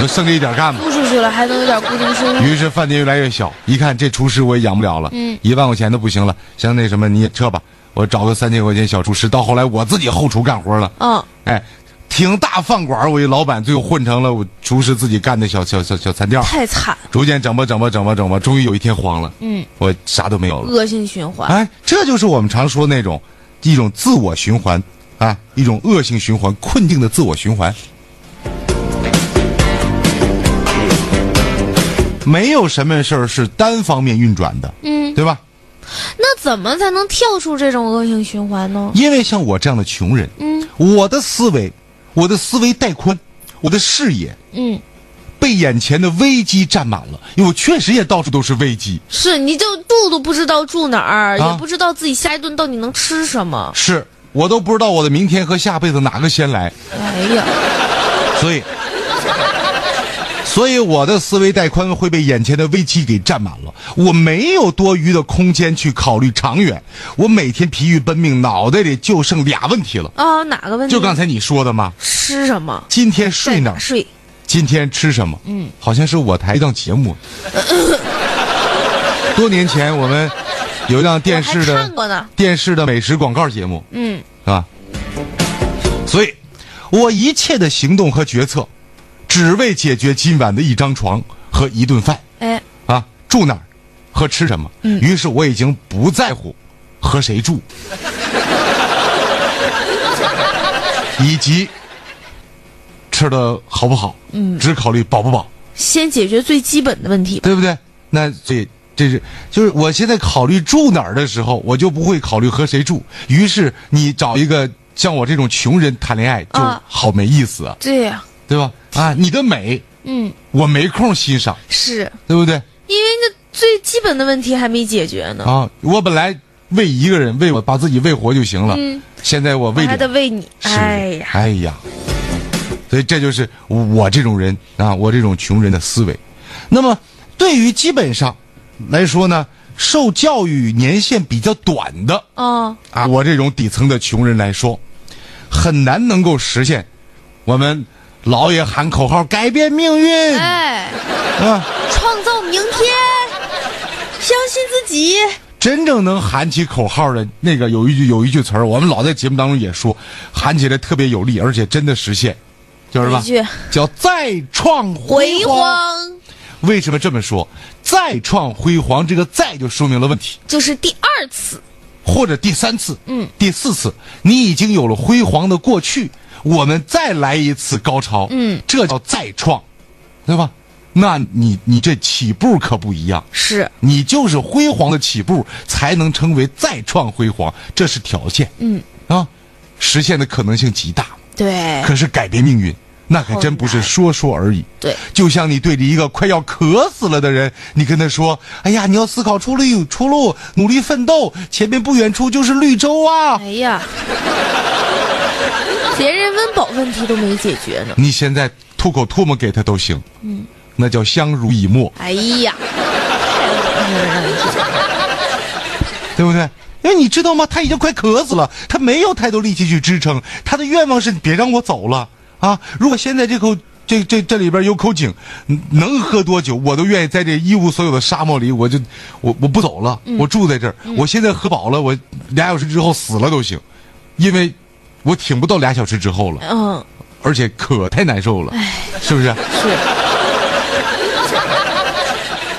[SPEAKER 4] 就剩这一点儿干吧。
[SPEAKER 5] 租出去了还能有点固定收 入。
[SPEAKER 4] 于是饭店越来越小，一看这厨师我也养不了了，
[SPEAKER 5] 嗯
[SPEAKER 4] 一万块钱都不行了，像那什么你也撤吧，我找个三千块钱小厨师，到后来我自己后厨干活了，
[SPEAKER 5] 嗯，
[SPEAKER 4] 哎，挺大饭馆儿，我一老板最后混成了我厨师自己干的小小小小餐店儿，
[SPEAKER 5] 太惨，
[SPEAKER 4] 逐渐整吧整吧整吧整吧，终于有一天黄了，
[SPEAKER 5] 嗯，
[SPEAKER 4] 我啥都没有了。
[SPEAKER 5] 恶性循环。
[SPEAKER 4] 哎，这就是我们常说那种一种自我循环啊，一种恶性循环，困境的自我循环。没有什么事儿是单方面运转的，
[SPEAKER 5] 嗯，
[SPEAKER 4] 对吧？
[SPEAKER 5] 那怎么才能跳出这种恶性循环呢？
[SPEAKER 4] 因为像我这样的穷人，
[SPEAKER 5] 嗯，
[SPEAKER 4] 我的思维，我的思维带宽，我的视野，
[SPEAKER 5] 嗯，
[SPEAKER 4] 被眼前的危机占满了，因为我确实也到处都是危机。
[SPEAKER 5] 是，你就住都不知道住哪儿，
[SPEAKER 4] 啊
[SPEAKER 5] 也不知道自己下一顿到底能吃什么。
[SPEAKER 4] 是，我都不知道我的明天和下辈子哪个先来，
[SPEAKER 5] 哎呀，
[SPEAKER 4] 所以，所以我的思维带宽会被眼前的危机给占满了，我没有多余的空间去考虑长远，我每天疲于奔命，脑袋里就剩俩问题了，
[SPEAKER 5] 啊，哪个问题？
[SPEAKER 4] 就刚才你说的嘛，
[SPEAKER 5] 吃什么？
[SPEAKER 4] 今天睡哪
[SPEAKER 5] 在
[SPEAKER 4] 儿，
[SPEAKER 5] 睡？
[SPEAKER 4] 今天吃什么？嗯，好像是我台一档节目，多年前我们有一档电视
[SPEAKER 5] 我还
[SPEAKER 4] 的
[SPEAKER 5] 看过呢
[SPEAKER 4] 电视的美食广告节目，
[SPEAKER 5] 嗯，
[SPEAKER 4] 是吧？所以，我一切的行动和决策，只为解决今晚的一张床和一顿饭
[SPEAKER 5] 哎，
[SPEAKER 4] 啊，住哪儿和吃什么。于是我已经不在乎和谁住，以及吃的好不好，嗯，只考虑饱不饱，
[SPEAKER 5] 先解决最基本的问题吧。
[SPEAKER 4] 对不对？那这这是就是我现在考虑住哪儿的时候，我就不会考虑和谁住。于是你找一个像我这种穷人谈恋爱就
[SPEAKER 5] 啊
[SPEAKER 4] 好没意思啊，
[SPEAKER 5] 对呀、
[SPEAKER 4] 对吧？啊，你的美
[SPEAKER 5] 嗯，
[SPEAKER 4] 我没空欣赏，
[SPEAKER 5] 是
[SPEAKER 4] 对不对？
[SPEAKER 5] 因为那最基本的问题还没解决呢，
[SPEAKER 4] 啊，我本来为一个人为我把自己喂活就行了，现在我为
[SPEAKER 5] 嗯我还
[SPEAKER 4] 两
[SPEAKER 5] 得为你。
[SPEAKER 4] 是不是
[SPEAKER 5] 哎呀，
[SPEAKER 4] 哎呀，所以这就是我这种人啊，我这种穷人的思维。那么，对于基本上来说呢，受教育年限比较短的
[SPEAKER 5] 哦，
[SPEAKER 4] 啊，我这种底层的穷人来说，很难能够实现我们老也喊口号改变命运
[SPEAKER 5] 哎，
[SPEAKER 4] 啊，
[SPEAKER 5] 创造明天，相信自己。
[SPEAKER 4] 真正能喊起口号的那个有一句有一句词儿，我们老在节目当中也说，喊起来特别有力，而且真的实现，就是吧
[SPEAKER 5] 哪一句？
[SPEAKER 4] 叫再创
[SPEAKER 5] 回
[SPEAKER 4] 辉煌。
[SPEAKER 5] 荒
[SPEAKER 4] 为什么这么说？再创辉煌，这个“再”就说明了问题，
[SPEAKER 5] 就是第二次，
[SPEAKER 4] 或者第三次，
[SPEAKER 5] 嗯，
[SPEAKER 4] 第四次，你已经有了辉煌的过去，我们再来一次高潮，
[SPEAKER 5] 嗯，
[SPEAKER 4] 这叫再创，对吧？那你你这起步可不一样，
[SPEAKER 5] 是
[SPEAKER 4] 你就是辉煌的起步，才能称为再创辉煌，这是条件，嗯，啊，实现的可能性极大。
[SPEAKER 5] 对，
[SPEAKER 4] 可是改变命运，那可真不是说说而已。
[SPEAKER 5] 对，
[SPEAKER 4] 就像你对着一个快要渴死了的人，你跟他说：“哎呀，你要思考出路，有出路，努力奋斗，前面不远处就是绿洲啊
[SPEAKER 5] 哎呀，别人温饱问题都没解决呢！”。
[SPEAKER 4] 你现在吐口唾沫给他都行，嗯，那叫相濡以沫，
[SPEAKER 5] 哎呀，
[SPEAKER 4] 对不对？因为你知道吗？他已经快渴死了，他没有太多力气去支撑。他的愿望是：别让我走了啊！如果现在这口这这这里边有口井，嗯能喝多久，我都愿意在这一无所有的沙漠里，我就我我不走了，我住在这儿。我现在喝饱了，我俩小时之后死了都行，因为我挺不到俩小时之后了，
[SPEAKER 5] 嗯，
[SPEAKER 4] 而且渴太难受了，是不是？
[SPEAKER 5] 是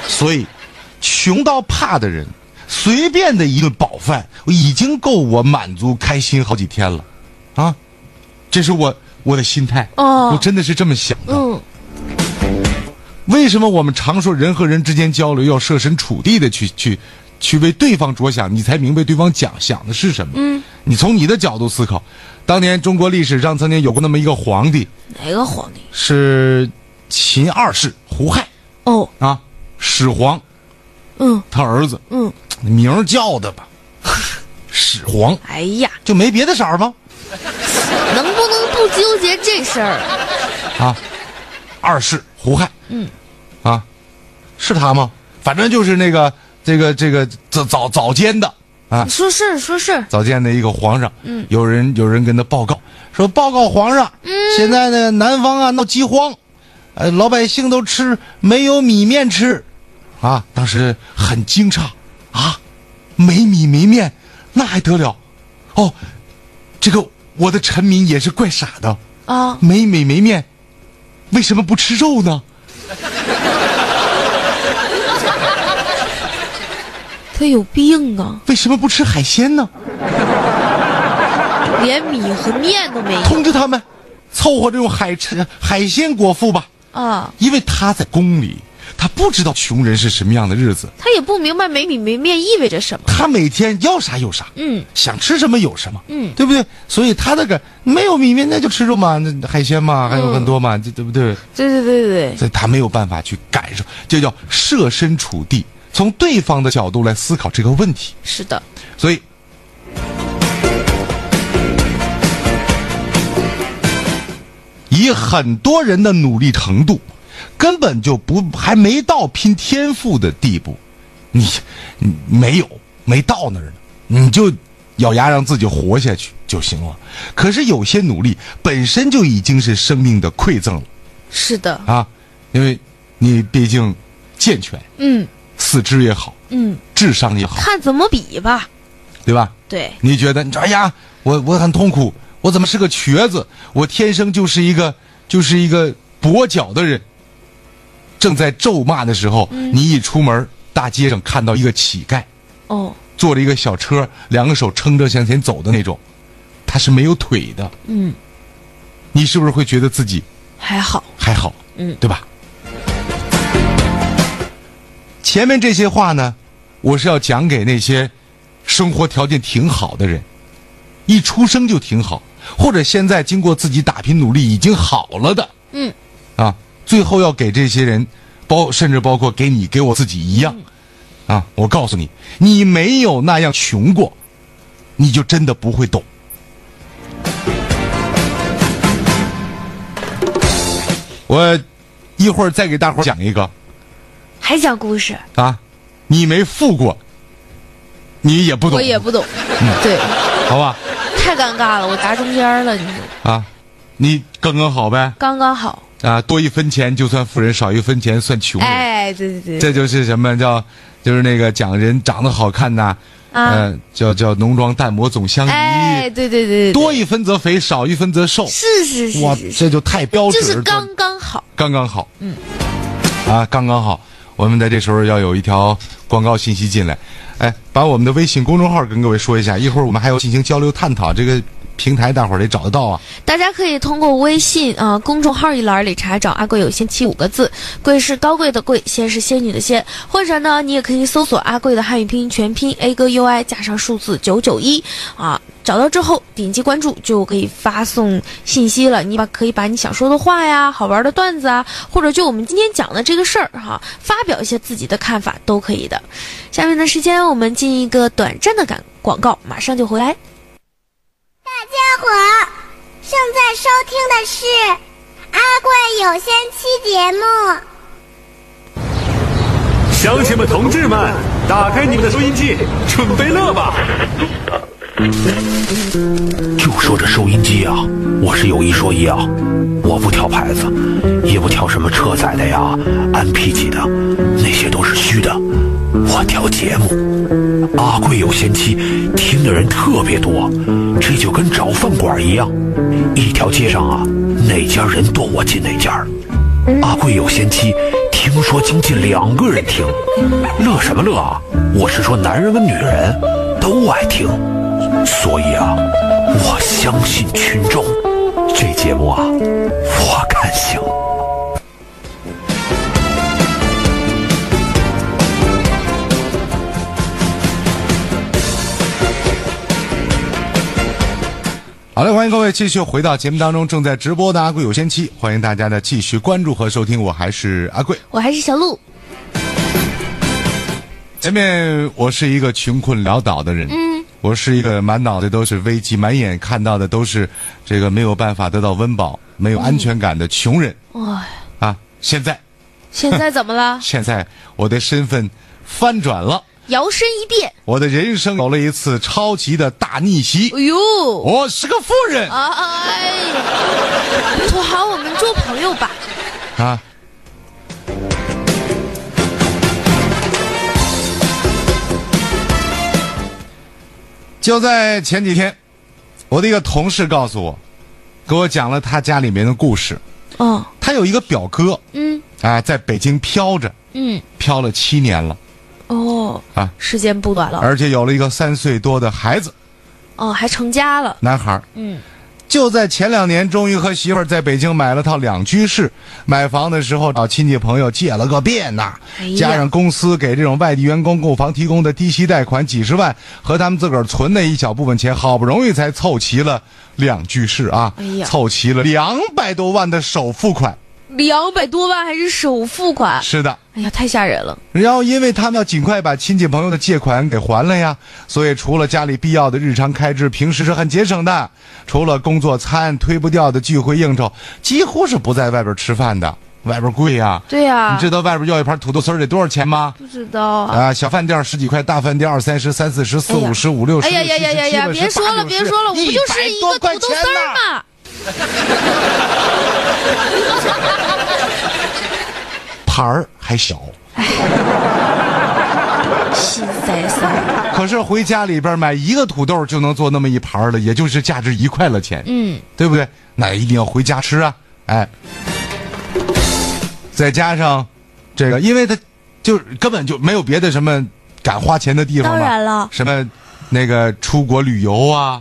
[SPEAKER 4] 所以，穷到怕的人，随便的一顿饱饭，已经够我满足开心好几天了，啊，这是我我的心态。
[SPEAKER 5] 哦
[SPEAKER 4] 我真的是这么想的。
[SPEAKER 5] 嗯，
[SPEAKER 4] 为什么我们常说人和人之间交流要设身处地的去去去为对方着想，你才明白对方讲想的是什么？嗯，你从你的角度思考，当年中国历史上曾经有过那么一个皇帝，
[SPEAKER 5] 哪个皇帝？
[SPEAKER 4] 是秦二世胡亥
[SPEAKER 5] 哦，
[SPEAKER 4] 啊，始皇
[SPEAKER 5] 嗯
[SPEAKER 4] 他儿子。
[SPEAKER 5] 嗯，
[SPEAKER 4] 名儿叫的 吧，始皇
[SPEAKER 5] 哎呀，
[SPEAKER 4] 就没别的色儿吗？
[SPEAKER 5] 能不能不纠结这事儿？
[SPEAKER 4] 啊，二世胡亥，嗯，啊，是他吗？反正就是那个这个这个早早早间的啊
[SPEAKER 5] 你，说事儿，说事儿。
[SPEAKER 4] 早间的一个皇上，嗯，有人有人跟他报告说，报告皇上，嗯，现在呢南方啊闹饥荒，呃，老百姓都吃没有米面吃，啊，当时很惊诧，啊，没米没面，那还得了？哦，这个我的臣民也是怪傻的，
[SPEAKER 5] 啊，
[SPEAKER 4] 没米没面，为什么不吃肉呢？
[SPEAKER 5] 他有病啊，
[SPEAKER 4] 为什么不吃海鲜呢？
[SPEAKER 5] 连米和面都没有
[SPEAKER 4] 通知他们，凑合着用海吃海鲜果腹吧。
[SPEAKER 5] 啊！
[SPEAKER 4] 因为他在宫里，他不知道穷人是什么样的日子，
[SPEAKER 5] 他也不明白没米没面意味着什么。
[SPEAKER 4] 他每天要啥有啥，
[SPEAKER 5] 嗯，
[SPEAKER 4] 想吃什么有什么，
[SPEAKER 5] 嗯
[SPEAKER 4] 对不对？所以他那个没有米面，那就吃肉嘛，那海鲜
[SPEAKER 5] 嗯
[SPEAKER 4] 嘛，还有很多嘛，这对不对？
[SPEAKER 5] 对对对对，
[SPEAKER 4] 所以他没有办法去感受，这叫设身处地，从对方的角度来思考这个问题。
[SPEAKER 5] 是的，
[SPEAKER 4] 所以，以很多人的努力程度，根本就不还没到拼天赋的地步，你你没有没到那儿呢，你就咬牙让自己活下去就行了。可是有些努力本身就已经是生命的馈赠了
[SPEAKER 5] 是的，
[SPEAKER 4] 啊，因为你毕竟健全，
[SPEAKER 5] 嗯
[SPEAKER 4] 四肢也好，
[SPEAKER 5] 嗯，
[SPEAKER 4] 智商也好，
[SPEAKER 5] 看怎么比吧。
[SPEAKER 4] 对吧？
[SPEAKER 5] 对，
[SPEAKER 4] 你觉得你说哎呀，我我很痛苦，我怎么是个瘸子？我天生就是一个就是一个跛脚的人。正在咒骂的时候，你一出门，大街上看到一个乞丐
[SPEAKER 5] 哦，
[SPEAKER 4] 坐着一个小车，两个手撑着向前走的那种，他是没有腿的。
[SPEAKER 5] 嗯，
[SPEAKER 4] 你是不是会觉得自己
[SPEAKER 5] 还好，
[SPEAKER 4] 还好，
[SPEAKER 5] 嗯，
[SPEAKER 4] 对吧？前面这些话呢，我是要讲给那些生活条件挺好的人，一出生就挺好，或者现在经过自己打拼努力已经好了的，
[SPEAKER 5] 嗯，
[SPEAKER 4] 啊，最后要给这些人，包甚至包括给你给我自己一样，
[SPEAKER 5] 嗯
[SPEAKER 4] 啊，我告诉你，你没有那样穷过，你就真的不会懂。我一会儿再给大伙儿讲一个
[SPEAKER 5] 还讲故事，
[SPEAKER 4] 啊，你没富过，你也不懂，
[SPEAKER 5] 我也不懂。
[SPEAKER 4] 嗯
[SPEAKER 5] 对，
[SPEAKER 4] 好吧
[SPEAKER 5] 太尴尬了，我砸中间了，你说
[SPEAKER 4] 啊，你刚刚好呗
[SPEAKER 5] 刚刚好。
[SPEAKER 4] 啊，多一分钱就算富人，少一分钱算穷人，
[SPEAKER 5] 哎，对对对，
[SPEAKER 4] 嗯这就是什么叫就是那个讲人长得好看呐，
[SPEAKER 5] 啊
[SPEAKER 4] 呃，叫叫浓妆淡抹总相宜，
[SPEAKER 5] 哎，对对对，对
[SPEAKER 4] 多一分则肥，少一分则瘦，
[SPEAKER 5] 是是是
[SPEAKER 4] 哇
[SPEAKER 5] 是，，是，
[SPEAKER 4] 这就太标
[SPEAKER 5] 就
[SPEAKER 4] 准
[SPEAKER 5] 是
[SPEAKER 4] 了，
[SPEAKER 5] 刚刚好。
[SPEAKER 4] 刚刚好，嗯，啊，刚刚好。我们在这时候要有一条广告信息进来，哎，把我们的微信公众号跟各位说一下，一会儿我们还要进行交流探讨，这个平台大伙儿得找得到啊。
[SPEAKER 5] 大家可以通过微信啊、呃公众号一栏里查找“阿贵有仙妻”五个字，贵是高贵的贵，仙是仙女的仙，或者呢，你也可以搜索“阿贵”的汉语拼音全拼 A 哥 U I 加上数字九九一啊，找到之后点击关注就可以发送信息了。你把可以把你想说的话呀、好玩的段子啊，或者就我们今天讲的这个事儿哈、发表一些自己的看法都可以的。下面的时间我们进一个短暂的感广告，马上就回来。
[SPEAKER 6] 大伙儿正在收听的是《阿贵有仙妻》节目。
[SPEAKER 2] 乡亲们、同志们，打开你们的收音机，准备乐吧！
[SPEAKER 7] 就说这收音机啊，我是有一说一啊，我不挑牌子，也不挑什么车载的呀、MP 级的，那些都是虚的。我挑节目，阿贵有仙妻听的人特别多，这就跟找饭馆一样，一条街上啊，哪家人多我进哪家儿。阿贵有仙妻，听说将近两个人听，乐什么乐啊？我是说男人跟女人都爱听，所以啊，我相信群众，这节目啊，我看行。
[SPEAKER 4] 好嘞，欢迎各位继续回到节目当中，正在直播的阿贵有仙妻，欢迎大家的继续关注和收听，我还是阿贵。
[SPEAKER 5] 我还是小鹿。
[SPEAKER 4] 前面我是一个穷困潦倒的人，嗯，我是一个满脑袋都是危机，满眼看到的都是这个没有办法得到温饱、没有安全感的穷人、
[SPEAKER 5] 哇，
[SPEAKER 4] 啊。现在，？
[SPEAKER 5] 现在怎么了
[SPEAKER 4] 现在我的身份翻转了，
[SPEAKER 5] 摇身一变，
[SPEAKER 4] 我的人生有了一次超级的大逆袭
[SPEAKER 5] 哎，呦，
[SPEAKER 4] 我是个富人
[SPEAKER 5] 啊哎，土豪，我们做朋友吧。
[SPEAKER 4] 啊！就在前几天，我的一个同事告诉我，给我讲了他家里面的故事。
[SPEAKER 5] 嗯
[SPEAKER 4] 他有一个表哥，
[SPEAKER 5] 嗯
[SPEAKER 4] 啊，在北京飘着，
[SPEAKER 5] 嗯，
[SPEAKER 4] 飘了七年了，
[SPEAKER 5] 哦
[SPEAKER 4] 啊
[SPEAKER 5] 时间不短了，
[SPEAKER 4] 而且有了一个三岁多的孩子，
[SPEAKER 5] 哦，还成家了。
[SPEAKER 4] 男孩儿。
[SPEAKER 5] 嗯，
[SPEAKER 4] 就在前两年，终于和媳妇儿在北京买了套两居室。买房的时候找亲戚朋友借了个遍呐、
[SPEAKER 5] 哎呀
[SPEAKER 4] 加上公司给这种外地员工购房提供的低息贷款几十万，和他们自个儿存的一小部分钱，好不容易才凑齐了两居室啊，
[SPEAKER 5] 哎呀
[SPEAKER 4] 凑齐了两百多万的首付款。
[SPEAKER 5] 两百多万还是首付款，
[SPEAKER 4] 是的。
[SPEAKER 5] 哎呀，太吓人了。
[SPEAKER 4] 然后，因为他们要尽快把亲戚朋友的借款给还了呀，所以除了家里必要的日常开支，平时是很节省的。除了工作餐推不掉的聚会应酬，几乎是不在外边吃饭的。外边贵呀，
[SPEAKER 5] 对呀、
[SPEAKER 4] 你知道外边要一盘土豆丝儿得多少钱吗？
[SPEAKER 5] 不知道啊？
[SPEAKER 4] 啊，小饭店十几块，大饭店二三十、三四十、四五十、五六十、
[SPEAKER 5] 哎呀呀呀呀呀！
[SPEAKER 4] 六七
[SPEAKER 5] 别
[SPEAKER 4] 十七
[SPEAKER 5] 说
[SPEAKER 4] 八
[SPEAKER 5] 了，
[SPEAKER 4] 九十
[SPEAKER 5] 别说了，我不就是
[SPEAKER 4] 100
[SPEAKER 5] 一个
[SPEAKER 4] 多块
[SPEAKER 5] 土豆丝
[SPEAKER 4] 钱呢
[SPEAKER 5] 儿吗？
[SPEAKER 4] 盘儿还小。
[SPEAKER 5] 心塞塞。
[SPEAKER 4] 可是回家里边买一个土豆就能做那么一盘儿了，也就是价值一块了钱，
[SPEAKER 5] 嗯，
[SPEAKER 4] 对不对？那一定要回家吃啊，哎。再加上这个，因为他就根本就没有别的什么敢花钱的地方嘛，
[SPEAKER 5] 当然了
[SPEAKER 4] 什么那个出国旅游啊，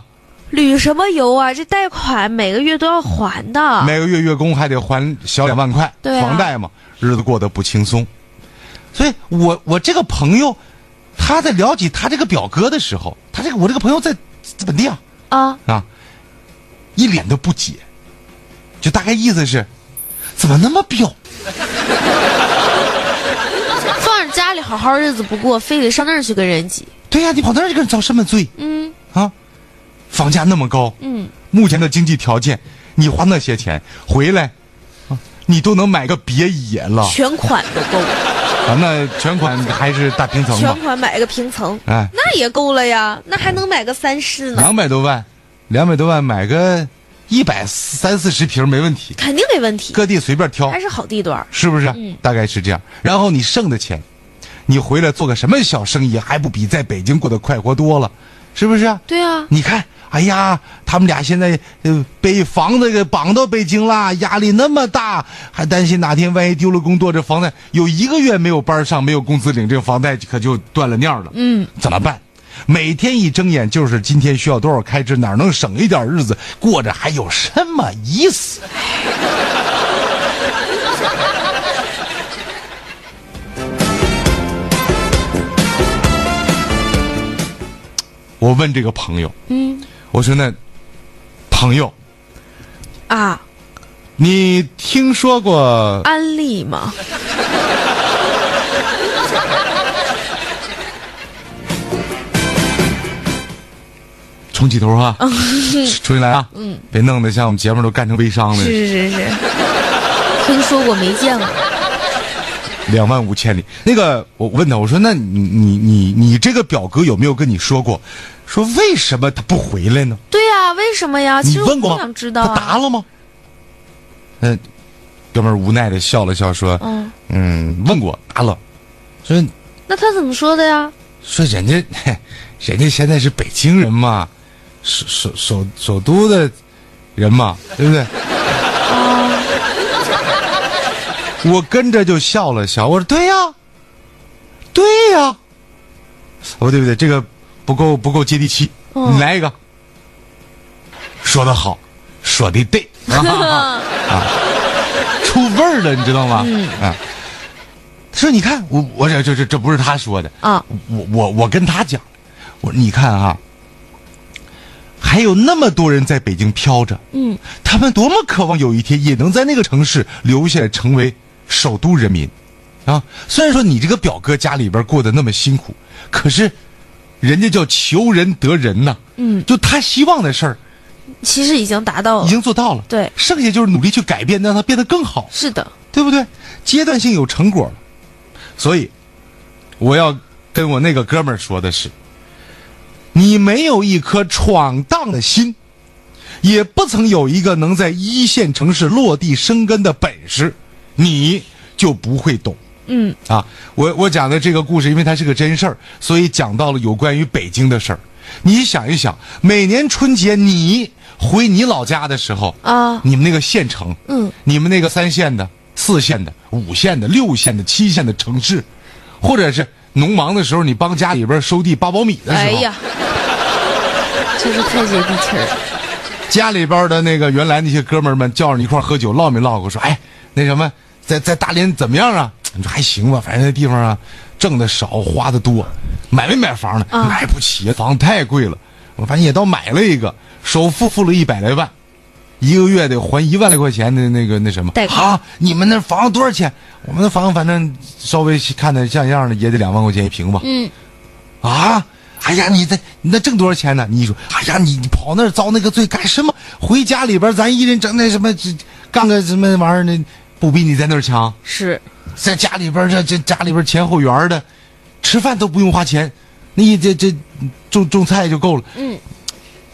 [SPEAKER 5] 旅什么游啊？这贷款每个月都要还的。
[SPEAKER 4] 每个月月供还得还小两万块，
[SPEAKER 5] 对啊
[SPEAKER 4] 房贷嘛，日子过得不轻松。所以我我这个朋友，他在了解他这个表哥的时候，他这个我这个朋友在在本地啊，
[SPEAKER 5] 啊，
[SPEAKER 4] 啊，一脸的不解，就大概意思是，怎么那么彪？
[SPEAKER 5] 放着家里好好日子不过，非得上那儿去跟人挤。
[SPEAKER 4] 对呀、你跑那儿去跟人遭什么罪
[SPEAKER 5] 嗯
[SPEAKER 4] 啊？房价那么高，
[SPEAKER 5] 嗯，
[SPEAKER 4] 目前的经济条件，你花那些钱回来，啊你都能买个别野了
[SPEAKER 5] 全款都够，
[SPEAKER 4] 啊！那全款还是大平层吧
[SPEAKER 5] 全？款买个平层，
[SPEAKER 4] 哎，
[SPEAKER 5] 那也够了呀。那还能买个三室呢，
[SPEAKER 4] 两百多万，两百多万买个一百三四十平没问题，
[SPEAKER 5] 肯定没问题，
[SPEAKER 4] 各地随便挑
[SPEAKER 5] 还。是好地段儿。
[SPEAKER 4] 是不是？大概是这样。然后你剩的钱，你回来做个什么小生意，还不比在北京过得快活多了？是不是？
[SPEAKER 5] 对啊，
[SPEAKER 4] 你看，哎呀，他们俩现在呃被房子给绑到北京啦，压力那么大，还担心哪天万一丢了工作，这房贷有一个月没有班上，没有工资领，这个房贷可就断了尿了。嗯，怎么办？每天一睁眼就是今天需要多少开支，哪能省一点日子过着还有什么意思？我问这个朋友，嗯，我说那朋友，
[SPEAKER 5] 啊，
[SPEAKER 4] 你听说过
[SPEAKER 5] 安利嘛，
[SPEAKER 4] 重启头啊？重新来啊！嗯，别弄得像我们节目都干成微商了
[SPEAKER 5] 是。是是是，听说过没见过。
[SPEAKER 4] 两万五千里，那个我问他，我说那你你你你这个表哥有没有跟你说过，说为什么他不回来呢？
[SPEAKER 5] 对呀、为什么呀？啊其
[SPEAKER 4] 你
[SPEAKER 5] 实我
[SPEAKER 4] 问过
[SPEAKER 5] 不
[SPEAKER 4] 吗？
[SPEAKER 5] 想知道
[SPEAKER 4] 他答
[SPEAKER 5] 啊。
[SPEAKER 4] 了吗？嗯、哥们儿无奈的笑了笑说，
[SPEAKER 5] 嗯
[SPEAKER 4] 嗯，问过，答了，说
[SPEAKER 5] 那他怎么说的呀？
[SPEAKER 4] 说人家， 嘿人家现在是北京人嘛，首首首首都的人嘛，对不对？我跟着就笑了笑，我说对呀、对呀、哦对不对？这个不够不够接地气，
[SPEAKER 5] 嗯
[SPEAKER 4] 你来一个。说的好，说的 对，啊，出味儿了，你知道吗？嗯啊，他说你看我我这这这这不是他说的
[SPEAKER 5] 啊，
[SPEAKER 4] 我我我跟他讲，我说你看啊，还有那么多人在北京飘着，嗯，他们多么渴望有一天也能在那个城市留下来，成为首都人民，啊，虽然说你这个表哥家里边过得那么辛苦，可是人家叫求人得人呐、嗯，就他希望的事儿
[SPEAKER 5] 其实已经达到了
[SPEAKER 4] 已。经做到了，
[SPEAKER 5] 对
[SPEAKER 4] 剩下就是努力去改变，让它变得更好，
[SPEAKER 5] 是的，
[SPEAKER 4] 对不对？阶段性有成果了，所以我要跟我那个哥们儿说的是：你没有一颗闯荡的心，也不曾有一个能在一线城市落地生根的本事，你就不会懂。
[SPEAKER 5] 嗯
[SPEAKER 4] 啊，我我讲的这个故事，因为它是个真事儿，所以讲到了有关于北京的事儿。你想一想，每年春节你回你老家的时候
[SPEAKER 5] 啊
[SPEAKER 4] 你们那个县城，
[SPEAKER 5] 嗯，
[SPEAKER 4] 你们那个三线的、四线的、五线的、六线的、七线的城市，或者是农忙的时候，你帮家里边收地扒苞米的时候，
[SPEAKER 5] 哎呀，真是太接地气儿了。
[SPEAKER 4] 家里边的那个原来那些哥们儿们叫着一块儿喝酒，唠没唠过？说，哎，那什么，在在大连怎么样啊？你说还行吧，反正那地方啊，挣的少，花的多。买没买房呢？
[SPEAKER 5] 啊
[SPEAKER 4] 买不起，房太贵了。我反正也倒买了一个，首付付了一百来万。一个月得还一万来块钱的那个那什么
[SPEAKER 5] 贷款
[SPEAKER 4] 啊？你们那房子多少钱？我们那房子反正稍微看着像样的也得两万块钱一平吧。
[SPEAKER 5] 嗯，
[SPEAKER 4] 啊，哎呀，你这你那挣多少钱呢？你一说，哎呀，你你跑那儿遭那个罪干什么？回家里边咱一人整那什么，这干个什么玩意儿呢？不比你在那儿强？
[SPEAKER 5] 是
[SPEAKER 4] 在家里边儿这这家里边儿前后园儿的，吃饭都不用花钱，你这这种种菜就够了。
[SPEAKER 5] 嗯，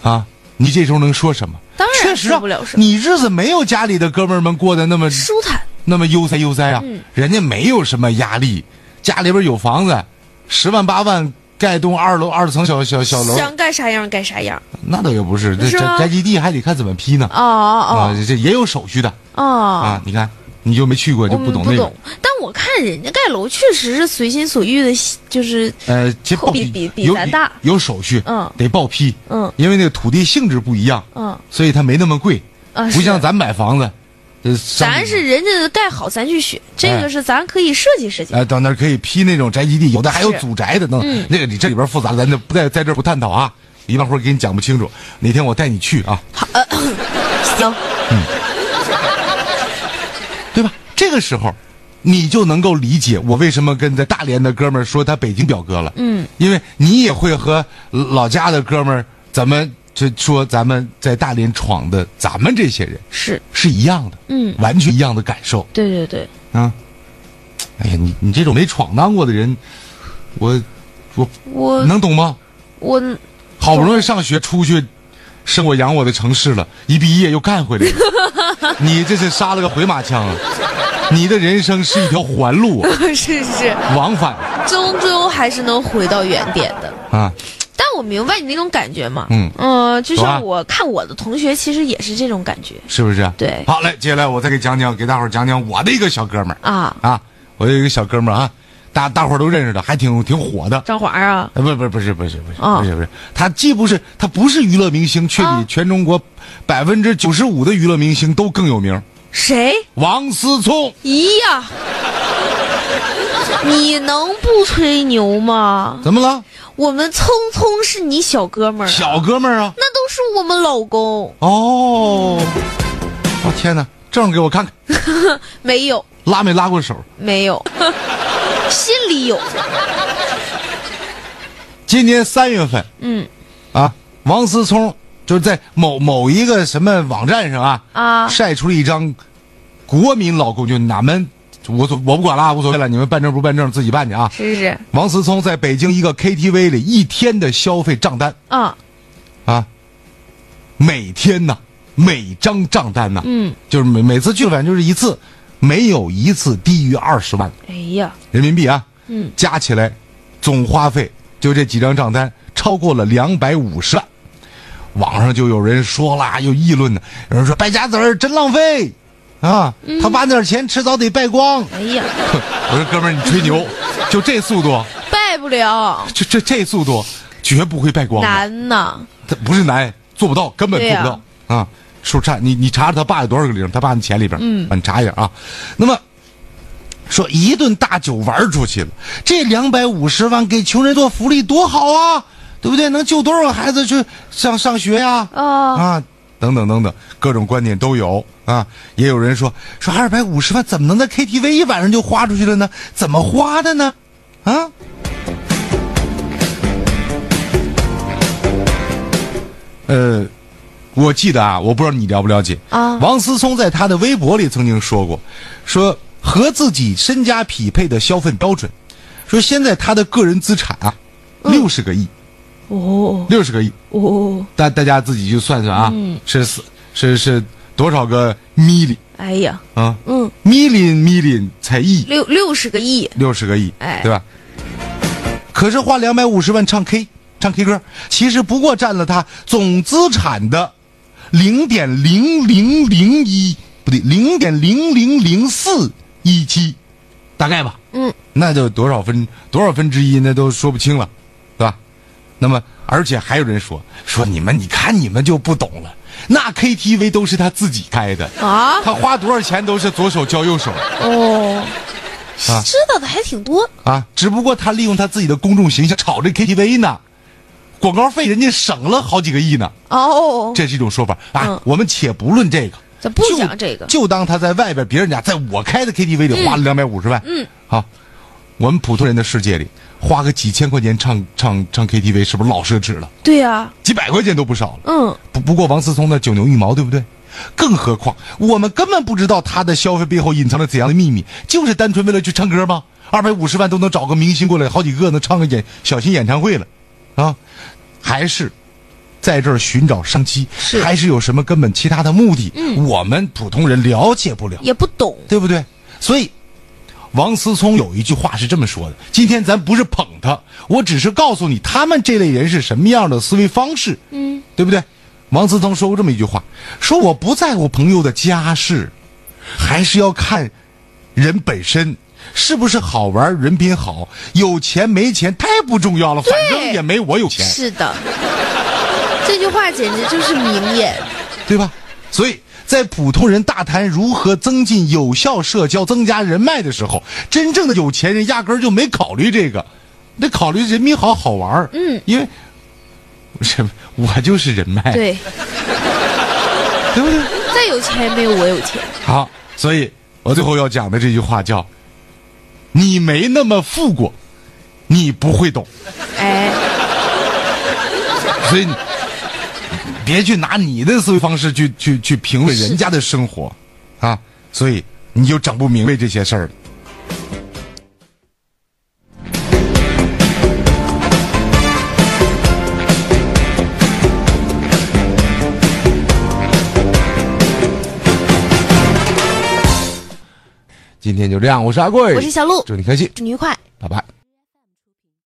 [SPEAKER 4] 啊，你这时候能说什么？
[SPEAKER 5] 当然
[SPEAKER 4] 确实啊
[SPEAKER 5] 说不了，什么
[SPEAKER 4] 你日子没有家里的哥们儿们过得那么
[SPEAKER 5] 舒坦。
[SPEAKER 4] 那么悠哉悠哉啊，
[SPEAKER 5] 嗯
[SPEAKER 4] 人家没有什么压力，家里边有房子，十万八万盖栋二楼二层小小小楼，
[SPEAKER 5] 想干啥样干啥样。
[SPEAKER 4] 那倒也不是，这
[SPEAKER 5] 是吗
[SPEAKER 4] 宅宅基地还得看怎么批呢
[SPEAKER 5] 哦哦
[SPEAKER 4] 啊，这也有手续的
[SPEAKER 5] 哦哦，
[SPEAKER 4] 啊，你看你就没去过就
[SPEAKER 5] 我
[SPEAKER 4] 不
[SPEAKER 5] 们
[SPEAKER 4] 懂
[SPEAKER 5] 不
[SPEAKER 4] 那个
[SPEAKER 5] 懂，，但我看人家盖楼确实是随心所欲的，就是
[SPEAKER 4] 呃，其实
[SPEAKER 5] 后
[SPEAKER 4] 报
[SPEAKER 5] 比
[SPEAKER 4] 批
[SPEAKER 5] 比比
[SPEAKER 4] 有
[SPEAKER 5] 咱大
[SPEAKER 4] 有手续，
[SPEAKER 5] 嗯
[SPEAKER 4] 得报批，
[SPEAKER 5] 嗯
[SPEAKER 4] 因为那个土地性质不一样，
[SPEAKER 5] 嗯
[SPEAKER 4] 所以它没那么贵，
[SPEAKER 5] 啊，
[SPEAKER 4] 不
[SPEAKER 5] 是
[SPEAKER 4] 像咱买房子，呃商
[SPEAKER 5] 咱
[SPEAKER 4] 品
[SPEAKER 5] 是人家盖好咱去选，这
[SPEAKER 4] 哎
[SPEAKER 5] 个是咱可以设计设计。
[SPEAKER 4] 哎，到那儿可以批那种宅基地，有的还有
[SPEAKER 5] 是
[SPEAKER 4] 祖宅的呢。
[SPEAKER 5] 嗯
[SPEAKER 4] 那个你这里边复杂，咱就不在在这儿不探讨啊，一般会儿给你讲不清楚。哪天我带你去啊，
[SPEAKER 5] 呃
[SPEAKER 4] 嗯
[SPEAKER 5] 行，
[SPEAKER 4] 对吧？这个时候，你就能够理解我为什么跟在大连的哥们儿说他北京表哥了。
[SPEAKER 5] 嗯，
[SPEAKER 4] 因为你也会和老家的哥们儿，咱们就说咱们在大连闯的，咱们这些人
[SPEAKER 5] 是，
[SPEAKER 4] 是一样的，
[SPEAKER 5] 嗯
[SPEAKER 4] 完全一样的感受
[SPEAKER 5] 对对对，
[SPEAKER 4] 啊。哎呀，你你这种没闯荡过的人，我我
[SPEAKER 5] 我
[SPEAKER 4] 能懂吗？
[SPEAKER 5] 我
[SPEAKER 4] 好不容易上学出去，生我养我的城市了，一毕业又干回来了，你这是杀了个回马枪啊！你的人生是一条环路啊，
[SPEAKER 5] 是是，
[SPEAKER 4] 往返
[SPEAKER 5] 终究还是能回到原点的。
[SPEAKER 4] 啊，
[SPEAKER 5] 但我明白你那种感觉嘛，
[SPEAKER 4] 嗯
[SPEAKER 5] 呃就
[SPEAKER 4] 懂啊
[SPEAKER 5] 像我看我的同学，其实也是这种感觉
[SPEAKER 4] 是不是？
[SPEAKER 5] 对
[SPEAKER 4] 好，来，接下来我再给讲讲，给大伙儿讲讲我的一个小哥们儿
[SPEAKER 5] 啊。
[SPEAKER 4] 啊，我有一个小哥们儿啊，大大伙儿都认识的，还挺挺火的。
[SPEAKER 5] 张华啊，
[SPEAKER 4] 呃，不不不是不是不是、
[SPEAKER 5] 啊
[SPEAKER 4] 不是不是，他既不是他不是娱乐明星，却比
[SPEAKER 5] 啊
[SPEAKER 4] 全中国百分之九十五的娱乐明星都更有名。
[SPEAKER 5] 谁？
[SPEAKER 4] 王思聪，
[SPEAKER 5] 咦呀！ 你能不吹牛吗？
[SPEAKER 4] 怎么了？
[SPEAKER 5] 我们聪聪是你小哥们儿啊，
[SPEAKER 4] 小哥们儿啊，
[SPEAKER 5] 那都是我们老公，
[SPEAKER 4] 哦，我、天哪！正给我看看，
[SPEAKER 5] 没有
[SPEAKER 4] 拉没拉过手？
[SPEAKER 5] 没有， 心里有，
[SPEAKER 4] 今年三月份
[SPEAKER 5] 嗯
[SPEAKER 4] 啊，王思聪就是在某某一个什么网站上啊，
[SPEAKER 5] 啊
[SPEAKER 4] 晒出了一张国民老公，就哪门我所我不管了啊，无所谓了，你们办证不办证自己办去啊。
[SPEAKER 5] 是是
[SPEAKER 4] 王思聪在北京一个 KTV 里一天的消费账单
[SPEAKER 5] 啊，
[SPEAKER 4] 啊，每天呐，每张账单呐，
[SPEAKER 5] 嗯，
[SPEAKER 4] 就是每每次去了反正就是一次，没有一次低于二十万。
[SPEAKER 5] 哎呀，
[SPEAKER 4] 人民币啊，
[SPEAKER 5] 嗯，
[SPEAKER 4] 加起来总花费就这几张账单超过了两百五十万。网上就有人说啦，又议论呢，有人说败家子儿真浪费，啊，
[SPEAKER 5] 嗯
[SPEAKER 4] 他把那点钱迟早得败光。
[SPEAKER 5] 哎呀，
[SPEAKER 4] 哼我说哥们儿，你吹 牛，就这速度，
[SPEAKER 5] 拜不了，
[SPEAKER 4] 就这这速度，绝不会败光的。
[SPEAKER 5] 难呐，
[SPEAKER 4] 他不是难，做不到，根本做不到啊说差，你你查查他爸有多少个零，他爸那钱里边，嗯，你查一下啊。那么说一顿大酒玩出去了，这两百五十万给穷人做福利多好啊，对不对？能救多少个孩子去上上学呀、啊？
[SPEAKER 5] 哦
[SPEAKER 4] 等等等等，各种观点都有啊。也有人说说二百五十万怎么能在 KTV 一晚上就花出去了呢？怎么花的呢？啊？呃，我记得啊，我不知道你了不了解
[SPEAKER 5] 啊
[SPEAKER 4] 王思聪在他的微博里曾经说过，说和自己身家匹配的消费标准，说现在他的个人资产啊，六十个亿，
[SPEAKER 5] 哦
[SPEAKER 4] 六十个亿，
[SPEAKER 5] 哦，
[SPEAKER 4] 大大家自己去算算啊，是四是是多少个 million
[SPEAKER 5] 哎呀，
[SPEAKER 4] 啊
[SPEAKER 5] 嗯，
[SPEAKER 4] ？million million 才亿，
[SPEAKER 5] 六六十个亿，
[SPEAKER 4] 六十个亿，
[SPEAKER 5] 哎
[SPEAKER 4] 对吧？可是花两百五十万唱 K 唱 K 歌，其实不过占了他总资产的零点零零零一，不对，零点零零零四一七，大概吧。
[SPEAKER 5] 嗯，
[SPEAKER 4] 那就多少分多少分之一，那都说不清了，对吧？那么，而且还有人说说你们，你看你们就不懂了，那 KTV 都是他自己开的
[SPEAKER 5] 啊
[SPEAKER 4] 他花多少钱都是左手交右手。
[SPEAKER 5] 哦，
[SPEAKER 4] 啊
[SPEAKER 5] 知道的还挺多，
[SPEAKER 4] 啊，只不过他利用他自己的公众形象炒这 KTV 呢，广告费人家省了好几个亿呢。
[SPEAKER 5] 哦，
[SPEAKER 4] 这是一种说法啊、
[SPEAKER 5] 嗯
[SPEAKER 4] 我们且不论这个，
[SPEAKER 5] 咱不
[SPEAKER 4] 就
[SPEAKER 5] 讲这个
[SPEAKER 4] 就当他在外边别人家，在我开的 KTV 里花了两百五十万。嗯，好，我们普通人的世界里，花个几千块钱唱唱唱 KTV 是不是老奢侈了？
[SPEAKER 5] 对呀，
[SPEAKER 4] 几百块钱都不少了。
[SPEAKER 5] 嗯，
[SPEAKER 4] 不不过王思聪的九牛一毛，对不对？更何况我们根本不知道他的消费背后隐藏了怎样的秘密，就是单纯为了去唱歌吗？二百五十万都能找个明星过来，好几个能唱个演小型演唱会了，啊，还是在这儿寻找商机，
[SPEAKER 5] 是
[SPEAKER 4] 还是有什么根本其他的目的？我们普通人了解不了。
[SPEAKER 5] 也不懂，
[SPEAKER 4] 对不对？所以，王思聪有一句话是这么说的：今天咱不是捧他，我只是告诉你他们这类人是什么样的思维方式，嗯，对不对？王思聪说过这么一句话：说我不在乎朋友的家世，还是要看人本身。是不是好玩？人品好，有钱没钱太不重要了，反正也没我有钱。
[SPEAKER 5] 是的，这句话简直就是名言。
[SPEAKER 4] 对吧？所以在普通人大谈如何增进有效社交、增加人脉的时候，真正的有钱人压根儿就没考虑这个，得考虑人民好好玩儿。嗯，因为什我就是人脉，
[SPEAKER 5] 对，
[SPEAKER 4] 对不对？
[SPEAKER 5] 再有钱也没有我有钱。
[SPEAKER 4] 好，所以我最后要讲的这句话叫：你没那么富过，你不会懂。
[SPEAKER 5] 哎，
[SPEAKER 4] 所以你别去拿你的思维方式去去去评论人家的生活，啊，所以你就整不明白这些事儿了。今天就这样，我是阿贵，
[SPEAKER 5] 我是小鹿
[SPEAKER 4] 祝你开心，
[SPEAKER 5] 祝你愉快。
[SPEAKER 4] 拜拜。